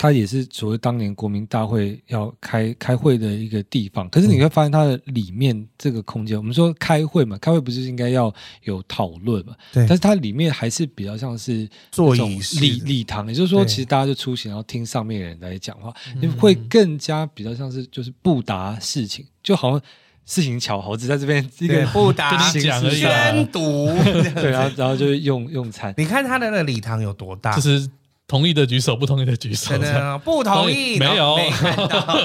Speaker 3: 它也是所谓当年国民大会要开开会的一个地方，可是
Speaker 4: 嗯
Speaker 3: 你会发现它的里面这个空间，我们说开会嘛，开会不是应该要有讨论嘛？
Speaker 4: 对
Speaker 3: 但是它里面还是比较像是
Speaker 4: 座
Speaker 3: 那种
Speaker 4: 椅式
Speaker 3: 礼
Speaker 4: 的
Speaker 3: 礼堂，也就是说，
Speaker 4: 对
Speaker 3: 其实大家就出席，然后听上面的人来讲话，
Speaker 1: 嗯
Speaker 3: 因为会更加比较像是就是不答事情，就好像事情巧猴子在这边一
Speaker 4: 对
Speaker 3: 个
Speaker 4: 不打
Speaker 1: 跟你讲而已啊
Speaker 4: 宣读。
Speaker 3: 对，然后然后就用用餐。
Speaker 4: 你看他的那个礼堂有多大
Speaker 1: 就？是同意的举手，不同意的举手
Speaker 4: 真。的不同意，
Speaker 1: 没有
Speaker 4: 然后没看到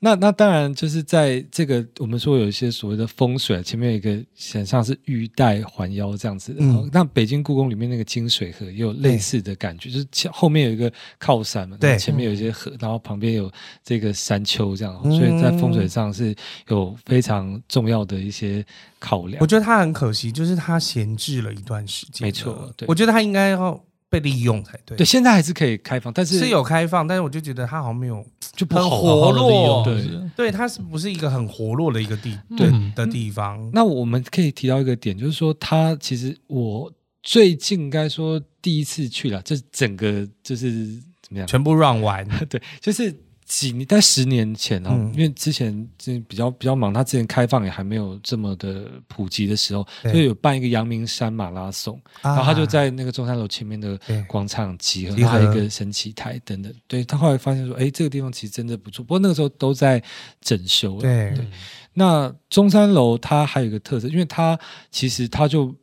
Speaker 3: 那那当然就是在这个我们说有一些所谓的风水，啊前面有一个很像是玉带环腰这样子的。
Speaker 4: 嗯
Speaker 3: 嗯，那北京故宫里面那个金水河也有类似的感觉，就是前后面有一个靠山嘛，
Speaker 4: 对
Speaker 3: 然后前面有一些河，然后旁边有这个山丘这样，
Speaker 4: 嗯
Speaker 3: 所以在风水上是有非常重要的一些考量
Speaker 4: 我。觉得他很可惜，就是他闲置了一段时间了。
Speaker 3: 没错对
Speaker 4: 我觉得他应该要被利用才对。
Speaker 3: 对，，现在还是可以开放，但是
Speaker 4: 是有开放，但是我就觉得他好像没有
Speaker 3: 就不
Speaker 4: 很
Speaker 3: 好
Speaker 1: 好
Speaker 4: 活
Speaker 1: 好地利
Speaker 4: 络
Speaker 1: 用，
Speaker 3: 对
Speaker 1: 就是
Speaker 4: 对，它是不是一个很活络的一个地
Speaker 3: 对
Speaker 1: 嗯
Speaker 4: 的地方？
Speaker 3: 那我们可以提到一个点，就是说，它其实我最近应该说第一次去了，这整个就是怎么样？
Speaker 4: 全部 run 完，
Speaker 3: 对，就是几年，在十年前哦，
Speaker 4: 嗯
Speaker 3: 因为之前这比较比较忙，它之前开放也还没有这么的普及的时候，
Speaker 4: 对
Speaker 3: 所以有办一个阳明山马拉松，
Speaker 4: 然
Speaker 3: 然后他就
Speaker 4: 啊
Speaker 3: 在那个中山楼前面的
Speaker 4: 对
Speaker 3: 广场集合，
Speaker 4: 集合
Speaker 3: 还有一个神奇台等等。对他后来发现说，哎，这个地方其实真的不错，不过那个时候都在整修了。
Speaker 4: 对
Speaker 3: 那中山楼它还有一个特色，因为它其实它就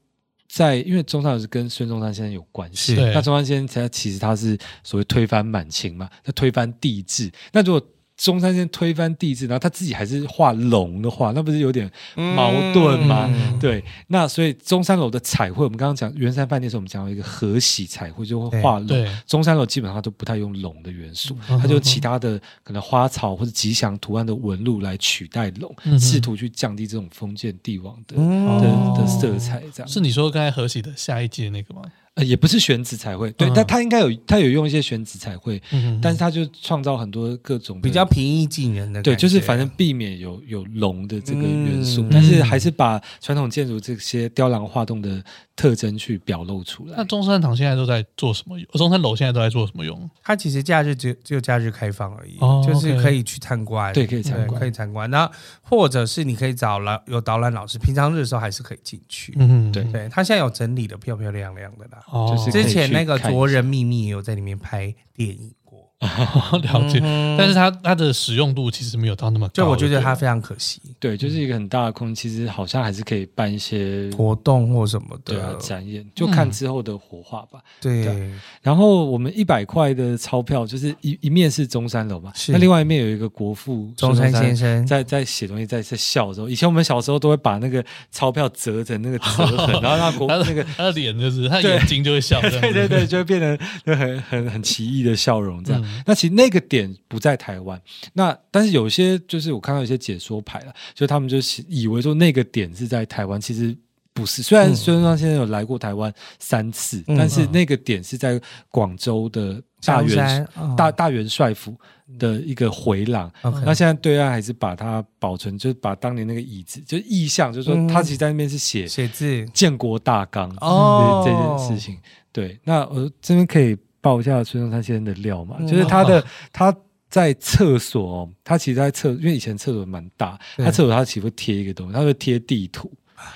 Speaker 3: 在，因为中山楼是跟孙中山先生有关系。
Speaker 1: 是
Speaker 3: 那中山先生他其实他是所谓推翻满清嘛，他推翻帝制。那如果中山先生推翻帝制，然后他自己还是画龙的话，那不是有点
Speaker 1: 嗯
Speaker 3: 矛盾吗？
Speaker 4: 嗯
Speaker 3: 对，那所以中山楼的彩绘，我们刚刚讲圆山饭店的时候，我们讲到一个和喜彩绘，就会画龙
Speaker 1: 对。
Speaker 3: 中山楼基本上都不太用龙的元素，
Speaker 1: 嗯
Speaker 3: 它就用其他的可能花草或者吉祥图案的纹路来取代龙，
Speaker 1: 嗯哼
Speaker 3: 试图去降低这种封建帝王的、
Speaker 4: 嗯
Speaker 1: 哦
Speaker 3: 的的色彩，这样
Speaker 1: 是你说刚才和喜的下一届那个吗？
Speaker 3: 呃也不是选址彩绘，对，
Speaker 1: 嗯
Speaker 3: 但它应该有它有用一些选址彩绘，
Speaker 1: 嗯
Speaker 3: 但是它就创造很多各种的
Speaker 4: 比较平易近人的感觉，啊
Speaker 3: 对，就是反正避免有有龙的这个元素，
Speaker 4: 嗯
Speaker 3: 但是还是把传统建筑这些雕栏画栋的特征去表露出
Speaker 1: 那
Speaker 3: 来。
Speaker 1: 中山堂现在都在做什么用？中山楼现在都在做什么用？
Speaker 4: 它其实假日只只有假日开放而已，
Speaker 1: 哦
Speaker 4: 就是
Speaker 1: OK
Speaker 4: 可以去参观，
Speaker 3: 对可以参观
Speaker 4: 可以参观。那或者是你可以找老有导览老师，平常日的时候还是可以进去。
Speaker 1: 嗯，
Speaker 3: 对
Speaker 4: 对，它现在有整理的漂漂亮亮的啦。
Speaker 1: 哦，
Speaker 3: 就是可以
Speaker 4: 之前那个
Speaker 3: 去看一
Speaker 4: 《
Speaker 3: 下
Speaker 4: 卓人秘密》也有在里面拍电影过，
Speaker 3: 哦
Speaker 1: 了解。
Speaker 4: 嗯哼
Speaker 1: 但是它它的使用度其实没有到那么高，
Speaker 4: 就我就觉得它
Speaker 1: 对
Speaker 4: 非常可惜，
Speaker 3: 对，就是一个很大的空，其实好像还是可以办一些
Speaker 4: 活动或什么
Speaker 3: 对啊
Speaker 4: 的，
Speaker 3: 展演，就看
Speaker 1: 嗯
Speaker 3: 之后的火化吧。
Speaker 4: 对，
Speaker 3: 然后我们一百块的钞票，就是一一面是中山楼嘛，
Speaker 4: 是
Speaker 3: 那另外一面有一个国父
Speaker 4: 中
Speaker 3: 孙
Speaker 4: 山先
Speaker 3: 中
Speaker 4: 生
Speaker 3: 在在写东西，在在笑的时候，以前我们小时候都会把那个钞票折成那个折 痕，然后让国
Speaker 1: 它的
Speaker 3: 那个。
Speaker 1: 它的脸就是它
Speaker 3: 对
Speaker 1: 眼睛就会笑，
Speaker 3: 对对 对，，就会变成就很很很奇异的笑容这样。
Speaker 4: 嗯
Speaker 3: 那其实那个点不在台湾，那但是有些就是我看到一些解说牌了，就他们就喜以为说那个点是在台湾，其实不是。虽然孙中山先生有来过台湾三次，
Speaker 4: 嗯
Speaker 3: 但是那个点是在广州的大
Speaker 4: 香
Speaker 3: 元、
Speaker 4: 山哦
Speaker 3: 大大元帅府的一个回廊。
Speaker 4: OK
Speaker 3: 那现在对岸还是把它保存，就是把当年那个椅子，就是意象，就是说他
Speaker 4: 嗯
Speaker 3: 其实在那边是写
Speaker 4: 写字
Speaker 3: 建国大纲
Speaker 4: 哦
Speaker 3: 这件事情。对，那我这边可以爆一下孙中山先生的料嘛，
Speaker 4: 嗯
Speaker 3: 就是他
Speaker 4: 哦
Speaker 3: 的他。在厕所、哦，他其实在厕，因为以前厕所蛮大，
Speaker 4: 对
Speaker 3: 他厕所他其实会贴一个东西，他会贴地图，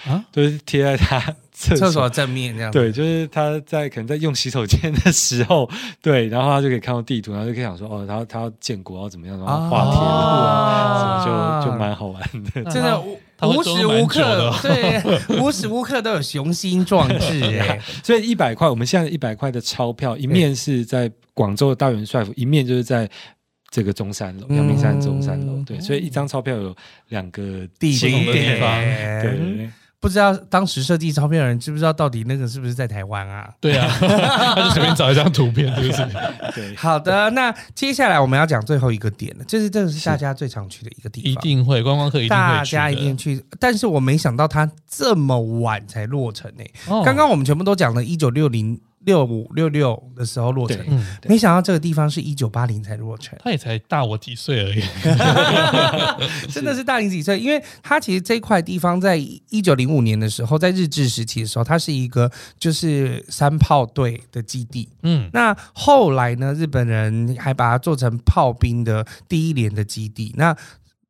Speaker 1: 啊
Speaker 3: 就是贴在他厕
Speaker 4: 厕所正面这样，
Speaker 3: 对，就是他在可能在用洗手间的时候，对，然后他就可以看到地图，然后就可以想说，哦，他他要建国要怎么样，然后画铁路啊，
Speaker 4: 啊
Speaker 3: 什么就就蛮好玩的。
Speaker 1: 那
Speaker 4: 真
Speaker 1: 它
Speaker 4: 的无
Speaker 1: 他会
Speaker 4: 无
Speaker 1: 装
Speaker 4: 时
Speaker 1: 蛮
Speaker 4: 无
Speaker 1: 久的
Speaker 4: 刻
Speaker 1: 哦
Speaker 4: 对，无时无刻都有雄心壮 志
Speaker 1: 啊
Speaker 4: 哎，
Speaker 3: 所以一百块，我们现在一百块的钞票，一面是在广州的大元帅府，一面就是在。这个中山楼，阳明山中山楼，
Speaker 4: 嗯
Speaker 3: 对，所以一张钞票有两个
Speaker 4: 地
Speaker 3: 景
Speaker 1: 景
Speaker 3: 点
Speaker 1: 地方
Speaker 3: 对对，对
Speaker 4: 不知道当时设计钞票的人知不知道到底那个是不是在台湾啊？
Speaker 1: 对 啊，他就随便找一张图片，是不是？
Speaker 3: 对
Speaker 4: 好的，那接下来我们要讲最后一个点了，就是这个是大家最常去的一个地
Speaker 1: 一
Speaker 4: 方，
Speaker 1: 定会观光客一定会去的
Speaker 4: 大家一定去，但是我没想到它这么晚才落成诶、
Speaker 1: 哦
Speaker 4: 刚刚我们全部都讲了一九六零六五六六的时候落成
Speaker 3: 对，
Speaker 1: 嗯，
Speaker 4: 没想到这个地方是一九八零才落成。
Speaker 1: 他也才大我几岁而已，
Speaker 4: 真的是大龄几岁，因为它其实这块地方在一九零五年的时候，在日治时期的时候，它是一个就是三炮队的基地。
Speaker 1: 嗯，
Speaker 4: 那后来呢，日本人还把它做成炮兵的第一连的基地。那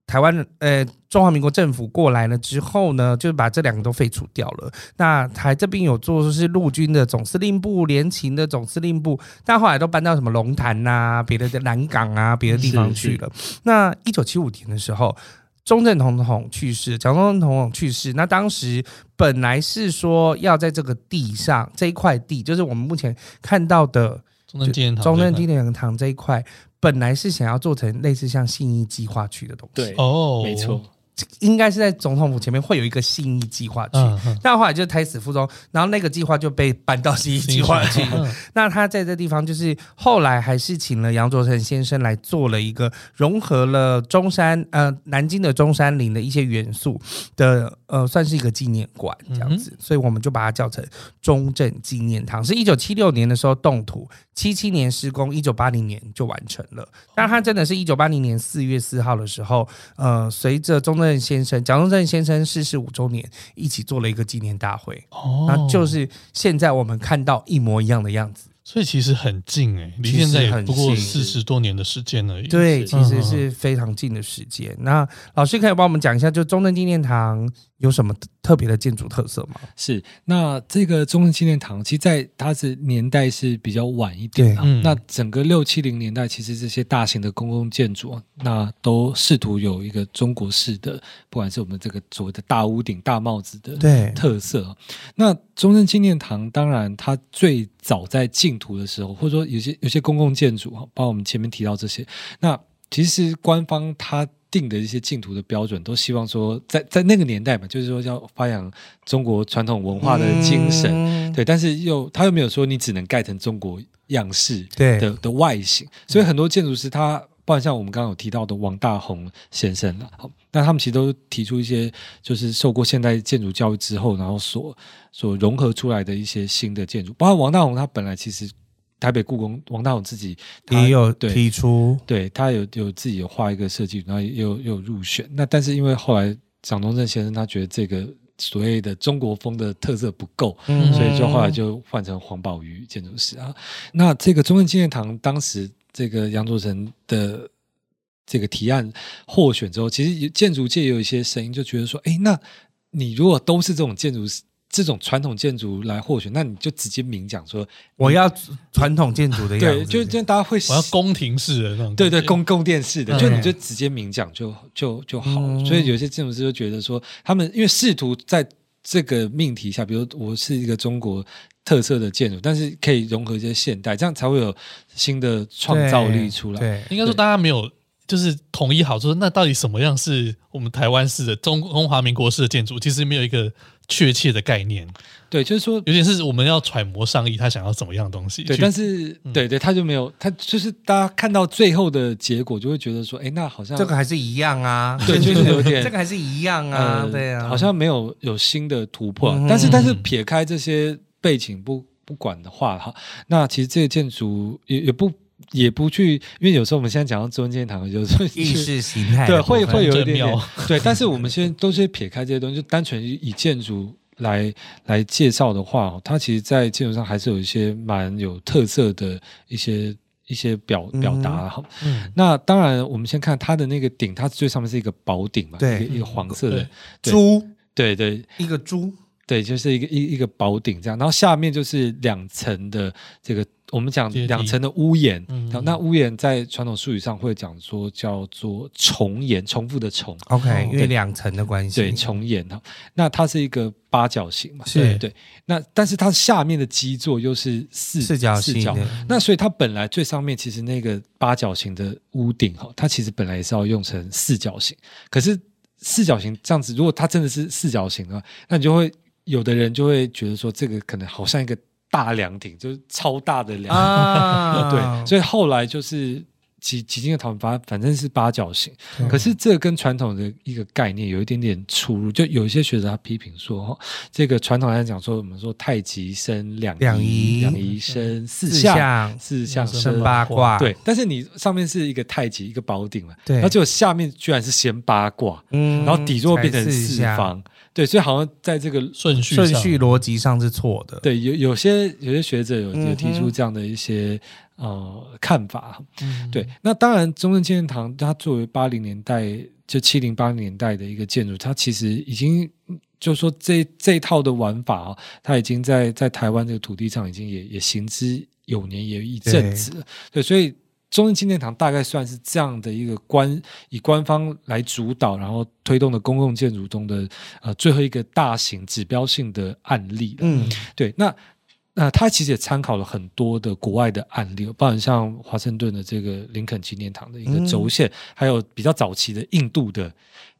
Speaker 4: 台湾呃，中华民国政府过来了之后呢，就是把这两个都废除掉了。那台这边有做就是陆军的总司令部、联勤的总司令部，但后来都搬到什么龙潭呐、别的南港啊、别的地方去了。那一九七五年的时候。中正总统去世，蒋中正总统去世。那当时本来是说要在这个地上这一块地，就是我们目前看到的
Speaker 1: 中正纪念堂，
Speaker 4: 中正纪
Speaker 1: 念
Speaker 4: 念堂这一块，本来是想要做成类似像信义计划区的东西，
Speaker 3: 对，
Speaker 1: 哦，
Speaker 3: 没错，，
Speaker 4: 应该是在总统府前面会有一个信义计划区。
Speaker 1: 嗯嗯，
Speaker 4: 但后来就胎死腹中，然后那个计划就被搬到信义计划区。
Speaker 1: 嗯
Speaker 4: 那他在这地方就是后来还是请了杨卓成先生来做了一个融合了中山呃南京的中山陵的一些元素的呃，算是一个纪念馆这样子，所以我们就把它叫成中正纪念堂。是一九七六年的时候动土，七七年施工，一九八零年就完成了。但它真的是一九八零年四月四号的时候，呃，随着中正先生蒋中正先生逝世五周年，一起做了一个纪念大会。
Speaker 1: 哦，
Speaker 4: 那就是现在我们看到一模一样的样子。
Speaker 1: 所以其实很近哎、离
Speaker 4: 其实
Speaker 1: 现在也
Speaker 4: 很
Speaker 1: 不过
Speaker 4: 近
Speaker 1: 四十多年的时间而已。是
Speaker 4: 对，
Speaker 1: 嗯
Speaker 4: 其
Speaker 3: 嗯
Speaker 4: 实是非常近的时间。那老师可以帮我们讲一下，就中正纪念堂有什么特别的建筑特色吗？
Speaker 3: 是，那这个中正纪念堂，其实在它是年代是比较晚一点啊。
Speaker 1: 对嗯
Speaker 3: 那整个六七零年代，其实这些大型的公共建筑、啊，那都试图有一个中国式的，不管是我们这个所谓的大屋顶、大帽子的
Speaker 4: 对，
Speaker 3: 特色啊。那中正纪念堂，当然它最早在净土的时候，或者说有些有些公共建筑啊，包括我们前面提到这些，那其实官方它定的一些净土的标准，都希望说在在那个年代嘛，就是说要发扬中国传统文化的精神。
Speaker 4: 嗯
Speaker 3: 对，但是又他又没有说你只能盖成中国样式
Speaker 4: 对
Speaker 3: 的的外形，所以很多建筑师他，包括像我们刚刚有提到的王大闳先生了，好那他们其实都提出一些就是受过现代建筑教育之后，然后所所融合出来的一些新的建筑，包括王大闳他本来其实台北故宫，王大闳自己他
Speaker 4: 也有
Speaker 3: 啊对
Speaker 4: 提出，
Speaker 3: 对他有有自己有画一个设计，然后也有也有入选。那但是因为后来蒋中正先生他觉得这个所谓的中国风的特色不够，
Speaker 4: 嗯
Speaker 3: 所以就后来就换成黄宝瑜建筑师啊。那这个中正纪念堂当时这个杨卓成的这个提案获选之后，其实有建筑界也有一些声音，就觉得说，哎，那你如果都是这种建筑师这种传统建筑来获选，那你就直接明讲说，
Speaker 4: 我要传统建筑的样
Speaker 3: 对，
Speaker 4: 子，
Speaker 3: 就就大家会
Speaker 1: 哎我要宫廷式的那种感觉，
Speaker 3: 对对，供供电式的，
Speaker 1: 嗯
Speaker 3: 就你就直接明讲就就就好了。所以有些建筑师就觉得说，他们因为试图在这个命题下，比如我是一个中国特色的建筑，但是可以融合一些现代，这样才会有新的创造力出来。
Speaker 4: 对，
Speaker 1: 应该说大家没有就是统一好，说那到底什么样是我们台湾式的中中华民国式的建筑，其实没有一个确切的概念，
Speaker 3: 对，就是说。
Speaker 1: 有点是我们要揣摩上意他想要怎么样的东西。
Speaker 3: 对，
Speaker 1: 去
Speaker 3: 但是、对对，他就没有，他就是大家看到最后的结果，就会觉得说，哎，那好像
Speaker 4: 这个还是一样啊，
Speaker 3: 对就是有 点
Speaker 4: 这个还是一样啊
Speaker 3: 呃，，
Speaker 4: 对啊，
Speaker 3: 好像没有有新的突破。
Speaker 4: 嗯哼
Speaker 3: 但是，但是
Speaker 1: 嗯
Speaker 3: 撇开这些背景不不管的话，哈，那其实这个建筑也也不也不去，因为有时候我们现在讲到中间堂，有时候去
Speaker 4: 意识形态的
Speaker 3: 对
Speaker 4: 部分
Speaker 3: 会会有一点
Speaker 1: 正
Speaker 3: 点
Speaker 1: 庙
Speaker 3: 对，但是 我们现在都是撇开这些东西，就单纯以建筑。来来介绍的话，它其实，在建筑上还是有一些蛮有特色的一些一些表表达。哈。
Speaker 1: 嗯，
Speaker 3: 那当然，我们先看它的那个顶，它最上面是一个宝顶嘛，
Speaker 4: 对
Speaker 3: 一个一个黄色的
Speaker 1: 对，
Speaker 3: 对
Speaker 4: 猪
Speaker 3: 对对
Speaker 4: 一个猪，
Speaker 3: 对，就是一个一一个宝顶这样，然后下面就是两层的这个我们讲
Speaker 1: 阶梯
Speaker 3: 两层的屋檐，
Speaker 1: 嗯
Speaker 3: 然后那屋檐在传统术语上会讲说叫做重檐，重复的重。
Speaker 4: OK，因为
Speaker 3: 哦对
Speaker 4: 两层的关系，
Speaker 3: 对，重檐哈，那它是一个八角形嘛，
Speaker 4: 是
Speaker 3: 对。那但是它下面的基座又是四
Speaker 4: 四角
Speaker 3: 四
Speaker 4: 形
Speaker 3: 角
Speaker 4: 的，
Speaker 3: 那所以它本来最上面其实那个八角形的屋顶哈，它其实本来也是要用成四角形，可是四角形这样子，如果它真的是四角形的话，那你就会有的人就会觉得说这个可能好像一个大凉亭，就是超大的凉亭。
Speaker 4: 啊
Speaker 3: 对，所以后来就是几几经的讨论，反反正是八角形。
Speaker 4: 对
Speaker 3: 可是这跟传统的一个概念有一点点出入，就有一些学者他批评说，哦、这个传统来讲说，我们说太极生两
Speaker 4: 两仪
Speaker 3: 两仪生四
Speaker 4: 四
Speaker 3: 象，
Speaker 4: 象、
Speaker 3: 四象
Speaker 1: 生
Speaker 3: 生
Speaker 4: 生八卦，
Speaker 3: 对，但是你上面是一个太极，一个宝鼎嘛，
Speaker 4: 对
Speaker 3: 然后结果下面居然是先八卦，
Speaker 4: 嗯
Speaker 3: 然后底座变成
Speaker 4: 才
Speaker 3: 四
Speaker 4: 象
Speaker 3: 方，对，所以好像在这个
Speaker 1: 顺序上
Speaker 4: 顺序逻辑上是错的。
Speaker 3: 对，有有些有些学者有有提
Speaker 4: 嗯
Speaker 3: 出
Speaker 4: 哼
Speaker 3: 这样的一些、呃看法。
Speaker 1: 嗯
Speaker 3: 对，那当然，中正纪念堂它作为八零年代就七零八零年代的一个建筑，它其实已经嗯就说这这一套的玩法哦，它已经在在台湾这个土地上已经也也行之有年，也有一阵子了。对，所以。中正纪念堂大概算是这样的一个官以官方来主导，然后推动的公共建筑中的呃最后一个大型指标性的案例了。
Speaker 4: 嗯，
Speaker 3: 对，那那他其实也参考了很多的国外的案例，包含像华盛顿的这个林肯纪念堂的一个轴线，还有比较早期的印度的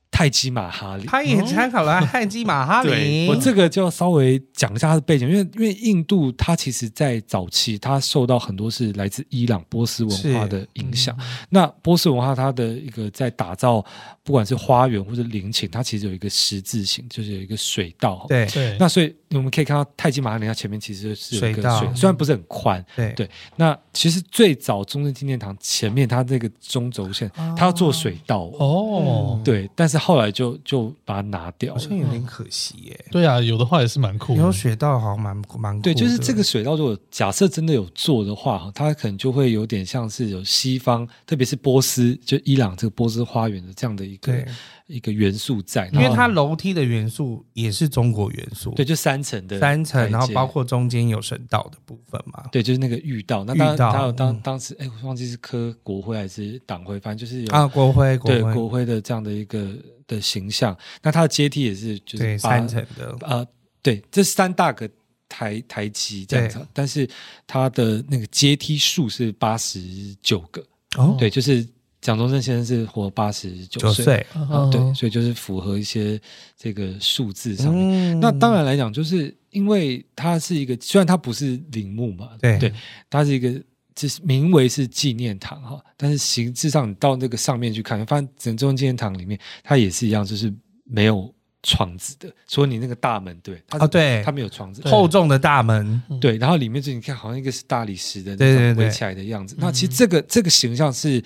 Speaker 3: 泰姬玛哈里。
Speaker 4: 他也参考了汉基马哈
Speaker 3: 对
Speaker 4: 林。
Speaker 3: 我这个就要稍微讲一下它的背景，因为因为印度它其实在早期它受到很多是来自伊朗波斯文化的影响。那波斯文化它的一个在打造，不管是花园或者陵寝，它其实有一个十字形，就是有一个水道。
Speaker 4: 对
Speaker 1: 对，
Speaker 3: 那所以我们可以看到泰姬玛哈林它前面其实是有一
Speaker 4: 水
Speaker 3: 个
Speaker 4: 道
Speaker 3: 水，虽然不是很宽。
Speaker 4: 对
Speaker 3: 对，那其实最早中正纪念堂前面它这个中轴线，它要做水道哦，
Speaker 1: 哦，
Speaker 3: 对，但是后来就就把它拿掉
Speaker 4: 好
Speaker 3: 了。
Speaker 4: 像有点可惜耶。
Speaker 1: 对啊，有的话也是蛮酷的，
Speaker 4: 有水道好像蛮蛮酷
Speaker 3: 对，
Speaker 4: 的
Speaker 3: 就是这个水道，如果假设真的有做的话，它可能就会有点像是有西方，特别是波斯，就伊朗这个波斯花园的这样的一个
Speaker 4: 对，
Speaker 3: 一个元素在，
Speaker 4: 因为
Speaker 3: 然后
Speaker 4: 它楼梯的元素也是中国元素，
Speaker 3: 对，就三层的
Speaker 4: 三层，
Speaker 3: 台
Speaker 4: 然后
Speaker 3: 阶
Speaker 4: 包括中间有省道的部分嘛。
Speaker 3: 对，就是那个御道。那当
Speaker 4: 御道
Speaker 3: 然，还有当
Speaker 4: 嗯
Speaker 3: 当时，哎，我忘记是科国徽还是党徽，反正就是有
Speaker 4: 啊，国徽，国
Speaker 3: 对
Speaker 4: 徽，
Speaker 3: 国徽的这样的一个的形象。那它的阶梯也是就是
Speaker 4: 对，
Speaker 3: 把
Speaker 4: 三层的，
Speaker 3: 啊，对，这三大个台台级这样子，但是它的那个阶梯数是八十九个，
Speaker 4: 哦
Speaker 3: 对，就是蒋中正先生是活八十九
Speaker 4: 九
Speaker 3: 岁，
Speaker 4: 岁，嗯
Speaker 1: 哦
Speaker 3: 啊对，所以就是符合一些这个数字上面。
Speaker 4: 嗯
Speaker 3: 那当然来讲，就是因为它是一个，虽然它不是陵墓嘛，
Speaker 4: 对
Speaker 3: 对，它是一个，就是名为是纪念堂哈，但是形制上你到那个上面去看，发现整座纪念堂里面，它也是一样，就是没有窗子的，除了你那个大门对，它是
Speaker 4: 哦对
Speaker 3: 它没有窗子，
Speaker 4: 厚重的大门，
Speaker 3: 对，然后里面就你看，好像一个是大理石的
Speaker 4: 对对
Speaker 3: 那
Speaker 4: 对嗯
Speaker 3: 种围起来的样子。那其实这个这个形象是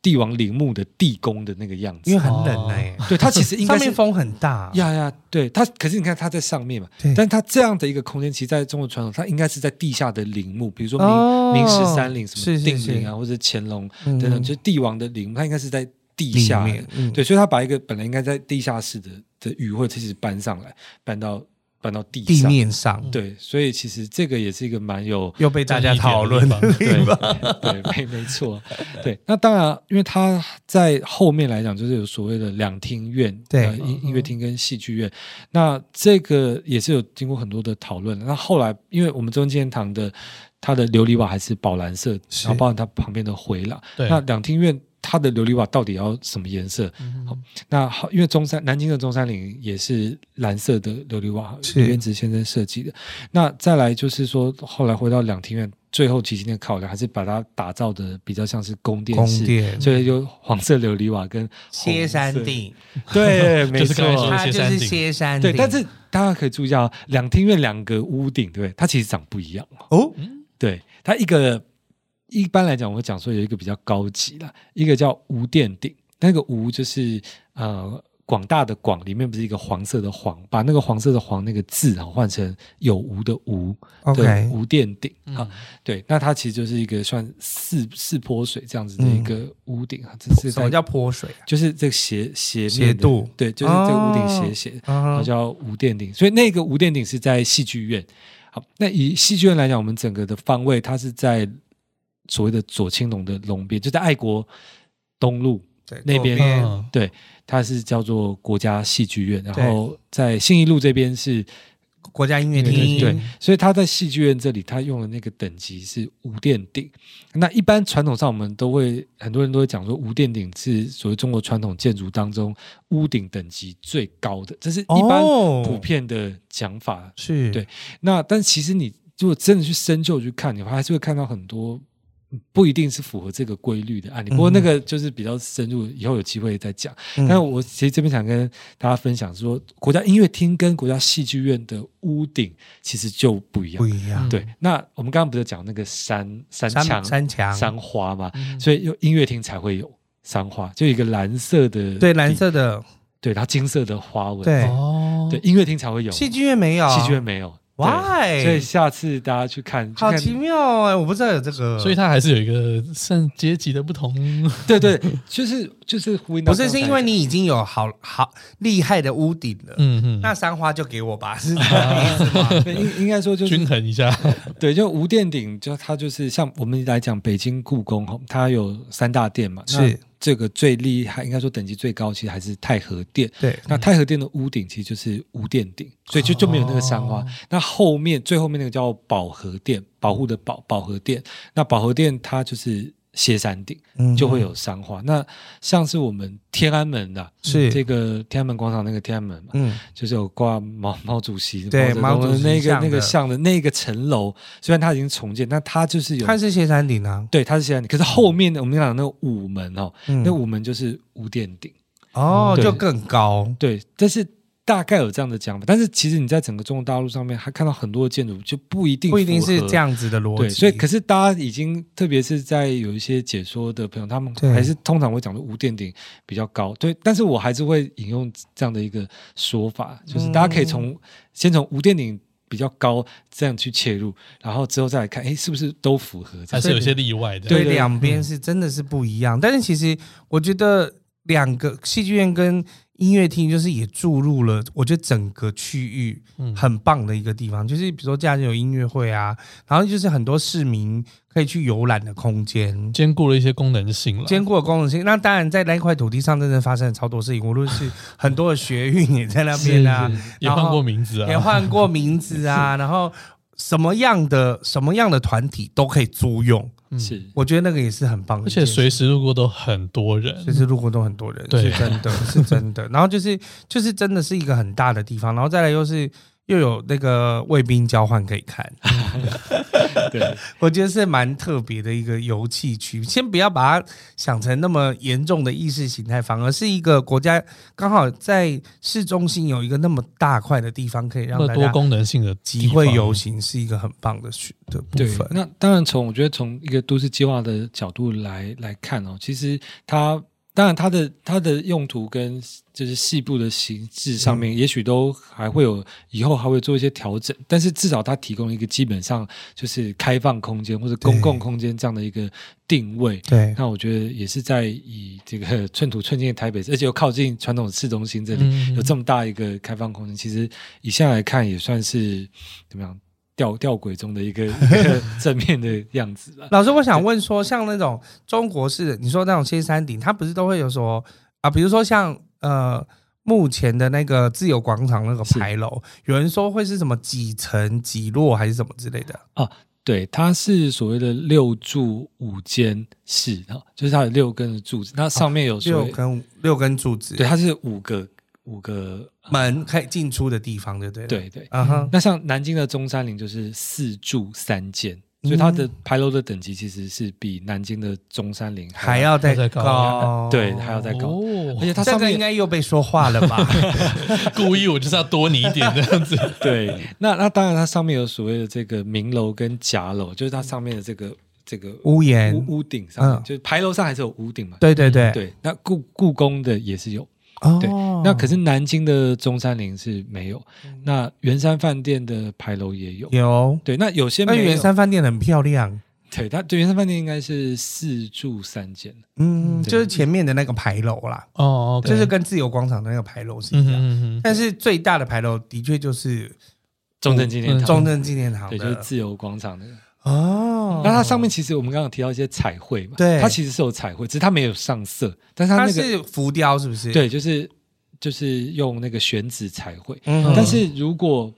Speaker 3: 帝王陵墓的地宫的那个样
Speaker 4: 因
Speaker 3: 子
Speaker 4: 为，很冷哎，
Speaker 3: 对，它 其实应
Speaker 4: 上
Speaker 3: 该是
Speaker 4: 面风很大，
Speaker 3: 呀呀，对它，可是你看它在上面嘛
Speaker 4: 对，
Speaker 3: 但它这样的一个空间，其实在中国传统，它应该是在地下的陵墓，比如说明、
Speaker 4: 哦
Speaker 3: 明十三陵、什
Speaker 4: 是
Speaker 3: 么
Speaker 4: 是
Speaker 3: 定
Speaker 4: 是
Speaker 3: 陵啊，或者乾隆
Speaker 4: 嗯
Speaker 3: 等等，就是帝王的陵，它应该是在地
Speaker 4: 里
Speaker 3: 下的
Speaker 4: 面，嗯
Speaker 3: 对，所以它把一个本来应该在地下室的的鱼会其实搬上来，搬到搬到地
Speaker 4: 地
Speaker 3: 上。
Speaker 4: 面上，
Speaker 3: 对，所以其实这个也是一个蛮有
Speaker 4: 又被大家讨论的地
Speaker 3: 对
Speaker 4: 方。
Speaker 3: 对，没没错，对。那当然，因为他在后面来讲，就是有所谓的两厅院，
Speaker 4: 对
Speaker 3: 呃音音乐厅跟戏剧院。那这个也是有经过很多的讨论。那后来，因为我们中间堂的它的琉璃瓦还是宝蓝色，然后包含它旁边的回廊。
Speaker 1: 对
Speaker 3: 那两厅院它的琉璃瓦到底要什么颜色？
Speaker 1: 嗯
Speaker 3: 好，那好，因为中山南京的中山陵也是蓝色的琉璃瓦，
Speaker 4: 是
Speaker 3: 刘元直先生设计的。那再来就是说，后来回到两厅院，最后几经的考量还是把它打造的比较像是宫殿
Speaker 4: 宫
Speaker 3: 式，
Speaker 4: 殿
Speaker 3: 所以有黄色琉璃瓦跟红
Speaker 4: 歇山
Speaker 3: 色，
Speaker 4: 顶，
Speaker 3: 哦对，没
Speaker 1: 就是刚才说
Speaker 3: 错
Speaker 1: 的。
Speaker 4: 它就是歇山顶。
Speaker 3: 对，但是大家可以注意一下哦，两厅院两个屋顶，对不对？它其实长不一样哦。
Speaker 4: 哦，
Speaker 3: 对，它一个一般来讲，我会讲说有一个比较高级啦，一个叫无殿顶，那个无就是呃广大的广，里面不是一个黄色的黄，把那个黄色的黄那个字啊换成有无的无
Speaker 4: 哦 OK
Speaker 3: 对，无殿顶
Speaker 1: 嗯
Speaker 3: 啊，对，那它其实就是一个算四四坡水这样子的一个屋顶啊，这是
Speaker 4: 嗯什
Speaker 3: 在
Speaker 4: 么叫泼水啊？
Speaker 3: 就是这个斜斜面的
Speaker 4: 斜度
Speaker 3: 对，就是这个屋顶斜斜的。
Speaker 4: 嗯
Speaker 3: 它
Speaker 4: 哼
Speaker 3: 哦叫无殿顶，所以那个无殿顶是在戏剧院。好，那以戏剧院来讲，我们整个的方位它是在所谓的左青龙的龙边，就在爱国东路，
Speaker 4: 对
Speaker 3: 那边
Speaker 4: 左
Speaker 1: 嗯
Speaker 3: 对，它是叫做国家戏剧院，然
Speaker 4: 对
Speaker 3: 后在信义路这边是
Speaker 4: 国家音乐
Speaker 3: 对
Speaker 4: 厅，
Speaker 3: 对，所以他在戏剧院这里，他用的那个等级是无殿顶。那一般传统上，我们都会很多人都会讲说，无殿顶是所谓中国传统建筑当中屋顶等级最高的，这是一般
Speaker 4: 哦
Speaker 3: 普遍的讲法。
Speaker 4: 是，
Speaker 3: 对那但其实你如果真的去深究去看，你还是会看到很多嗯不一定是符合这个规律的案例。不过那个就是比较深入，以后有机会再讲。
Speaker 4: 嗯
Speaker 3: 但我其实这边想跟大家分享说，国家音乐厅跟国家戏剧院的屋顶其实就不一样
Speaker 4: 不。一样。
Speaker 3: 对，那我们刚刚不是讲那个山山墙
Speaker 4: 山山墙，嗯
Speaker 3: 山花嘛，所以有音乐厅才会有山花，就有一个蓝色的
Speaker 4: 对，蓝
Speaker 3: 底
Speaker 4: 色的，
Speaker 3: 对，然后金色的花纹，
Speaker 4: 对
Speaker 1: 哦，
Speaker 3: 对，音乐厅才会有，
Speaker 4: 戏剧院没有，
Speaker 3: 戏剧院没有。对
Speaker 4: Why？
Speaker 3: 所以下次大家去看，去
Speaker 4: 好
Speaker 3: 看
Speaker 4: 奇妙哎，我不知道有这个，
Speaker 1: 所以它还是有一个算阶级的不同。
Speaker 3: 对对，就是就是呼应到
Speaker 4: 不是
Speaker 3: 刚才
Speaker 4: 是因为你已经有好好厉害的屋顶了，
Speaker 1: 嗯嗯，
Speaker 4: 那三花就给我吧，是这个意思 吗？
Speaker 3: 对应应该说就是
Speaker 1: 均衡一下。
Speaker 3: 对，就无殿顶，就它就是像我们来讲北京故宫哈，它有三大殿嘛，那
Speaker 4: 是
Speaker 3: 这个最厉害，应该说等级最高，其实还是太和殿。
Speaker 4: 对，哦
Speaker 3: 那太和殿的屋顶其实就是无殿顶，所以就就没有那个山花。那后面最后面那个叫保和殿，保护的保保和殿。那保和殿它就是歇山顶，
Speaker 4: 嗯
Speaker 3: 就会有山花。那像是我们天安门的、
Speaker 4: 是
Speaker 3: 这个天安门广场那个天安门嘛，
Speaker 4: 嗯，
Speaker 3: 就是有挂毛毛主席
Speaker 4: 对
Speaker 3: 毛泽东
Speaker 4: 毛主席
Speaker 3: 的
Speaker 4: 像的
Speaker 3: 那个那个像的那个城楼，虽然它已经重建，但它就是有
Speaker 4: 它是斜山顶啊，
Speaker 3: 对它是现在，可是后面的我们讲的那个午门哦，
Speaker 4: 嗯
Speaker 3: 那午门就是无殿顶，
Speaker 4: 哦，
Speaker 3: 对
Speaker 4: 就更高，
Speaker 3: 对，但是大概有这样的讲法，但是其实你在整个中国大陆上面还看到很多的建筑就不一定
Speaker 4: 不一定
Speaker 3: 符合
Speaker 4: 是这。样子的逻
Speaker 3: 对，
Speaker 4: 辑，
Speaker 3: 所以可是大家已经，特别是在有一些解说的朋友，他们
Speaker 4: 对
Speaker 3: 还是通常会讲的无殿顶比较高。对，但是我还是会引用这样的一个说法，就是大家可以从、先从无殿顶比较高这样去切入，然后之后再来看，哎，是不是都符合？
Speaker 1: 还是有些例外的。
Speaker 3: 对嗯
Speaker 4: 对
Speaker 3: 对
Speaker 4: 两边是真的是不一样。但是其实我觉得两个戏剧院跟音乐厅就是也注入了，我觉得整个区域
Speaker 1: 嗯
Speaker 4: 很棒的一个地方，就是比如说假日有音乐会啊，然后就是很多市民可以去游览的空间。
Speaker 1: 兼顾了一些功能性了。
Speaker 4: 兼顾了功能性，那当然在那一块土地上真的发生了超多事情，无论是很多的学运也在那 边啊，
Speaker 1: 也换过名字
Speaker 4: 也
Speaker 1: 啊，
Speaker 4: 换过名字 啊，然后什么样的什么样的团体都可以租用，
Speaker 1: 嗯
Speaker 3: 是
Speaker 4: 我觉得那个也是很棒的
Speaker 1: 而
Speaker 4: 一件
Speaker 1: 且
Speaker 4: 事，
Speaker 1: 随时路过都很多人。
Speaker 4: 就是路过都很多人，
Speaker 1: 对
Speaker 4: 是真的，是真的。然后就是就是真的是一个很大的地方，然后再来又是又有那个卫兵交换可以看，
Speaker 3: 对，
Speaker 4: 我觉得是蛮特别的一个游憩区。先不要把它想成那么严重的意识形态，反而是一个国家刚好在市中心有一个那么大块的地方，可以让
Speaker 1: 那
Speaker 3: 啊
Speaker 4: 大
Speaker 1: 多
Speaker 4: 家
Speaker 1: 功能性的
Speaker 4: 集会游行，是一个很棒的区的部
Speaker 3: 对，
Speaker 4: 分。
Speaker 3: 那当然从我觉得从一个都市计划的角度来来看哦，其实它当然它的它的用途跟就是细部的形制上
Speaker 4: 嗯
Speaker 3: 面，也许都还会有以后还会做一些调整，但是至少它提供了一个基本上就是开放空间或者公共空间这样的一个定位。
Speaker 4: 对，
Speaker 3: 那我觉得也是在以这个寸土寸金的台北市，而且又靠近传统市中心这里，
Speaker 1: 嗯
Speaker 3: 有这么大一个开放空间，其实以下来看也算是怎么样吊吊轨中的一个 一个正面的样子吧。
Speaker 4: 老师，我想问说，像那种中国式的，你说那种仙山顶，它不是都会有说啊，比如说像呃。目前的那个自由广场那个
Speaker 3: 是
Speaker 4: 牌楼，有人说会是什么几层几落还是什么之类的，
Speaker 3: 对，它是所谓的六柱五间室啊，就是它有六根的柱子，那上面有所
Speaker 4: 哦六
Speaker 3: 谓、
Speaker 4: 根六根柱子，
Speaker 3: 对，它是五个五个呃
Speaker 4: 门可以进出的地方，对不对？，
Speaker 3: 对对。
Speaker 4: 啊哈，
Speaker 3: 那像南京的中山陵就是四柱三间，
Speaker 4: 嗯
Speaker 3: 所以它的牌楼的等级其实是比南京的中山陵
Speaker 4: 还要
Speaker 1: 还
Speaker 4: 再
Speaker 1: 要再
Speaker 4: 高
Speaker 1: 高，
Speaker 3: 对还要再高而
Speaker 1: 哦，
Speaker 3: 且它
Speaker 4: 这
Speaker 3: 上
Speaker 4: 个应
Speaker 3: 面
Speaker 4: 该又被说话了 吧？
Speaker 1: 故意我就是要多你一点这样子。
Speaker 3: 对，那那当然它上面有所谓的这个明楼跟甲楼，就是它上面的这个这个
Speaker 4: 屋檐，
Speaker 3: 屋屋顶上面，
Speaker 4: 嗯
Speaker 3: 就是牌楼上还是有屋顶嘛。
Speaker 4: 对对对，
Speaker 3: 对，那故故宫的也是有，
Speaker 4: 哦
Speaker 3: 对那可是南京的中山陵是没有，那圆山饭店的牌楼也有。
Speaker 4: 嗯有。
Speaker 3: 对，那有些
Speaker 4: 那
Speaker 3: 没有。
Speaker 4: 圆山饭店很漂亮，
Speaker 3: 对，它对圆山饭店应该是四柱三间。
Speaker 4: 嗯，就是前面的那个牌楼啦，
Speaker 1: 哦，
Speaker 4: 就是跟自由广场的那个牌楼是
Speaker 1: 嗯
Speaker 4: 一
Speaker 1: 哼
Speaker 3: 啊
Speaker 4: 样。
Speaker 1: 嗯
Speaker 4: 但是最大的牌楼的确就是
Speaker 3: 中正纪念堂，
Speaker 4: 中正纪念堂
Speaker 3: 对，就是
Speaker 4: 的
Speaker 3: 自由广场那个。
Speaker 4: 哦。
Speaker 3: 那它上面其实我们刚刚有提到一些彩绘嘛，
Speaker 4: 对
Speaker 3: 它其实是有彩绘，只是它没有上色，但是它
Speaker 4: 它
Speaker 3: 那个
Speaker 4: 是浮雕，是不是？，
Speaker 3: 对，就是就是用那个宣纸彩绘。
Speaker 4: 嗯
Speaker 3: 但是如果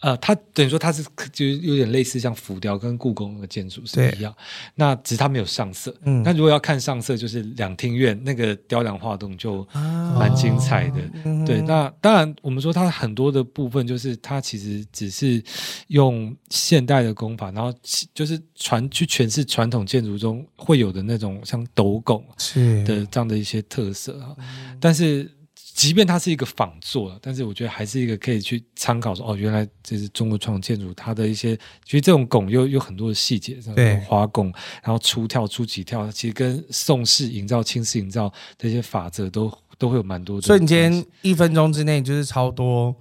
Speaker 3: 呃，它等于说它是就是有点类似像浮雕跟故宫的建筑是
Speaker 4: 对
Speaker 3: 一样，那只是它没有上色。
Speaker 4: 嗯
Speaker 3: 那如果要看上色，就是两厅院那个雕梁画栋就蛮精彩的。
Speaker 4: 啊嗯
Speaker 3: 对，那当然，我们说它很多的部分，就是它其实只是用现代的功法，然后其就是传去诠释传统建筑中会有的那种像斗拱
Speaker 4: 是
Speaker 3: 的这样的一些特色啊。
Speaker 4: 嗯
Speaker 3: 但是，即便它是一个仿作，但是我觉得还是一个可以去参考说，哦，原来这是中国传统建筑它的一些，其实这种拱又有很多的细节，像
Speaker 4: 对
Speaker 3: 花拱，然后出跳、出几跳，其实跟宋式营造、清式营造这些法则都都会有蛮多的
Speaker 4: 瞬
Speaker 3: 关系
Speaker 4: 间一分钟之内就是超多，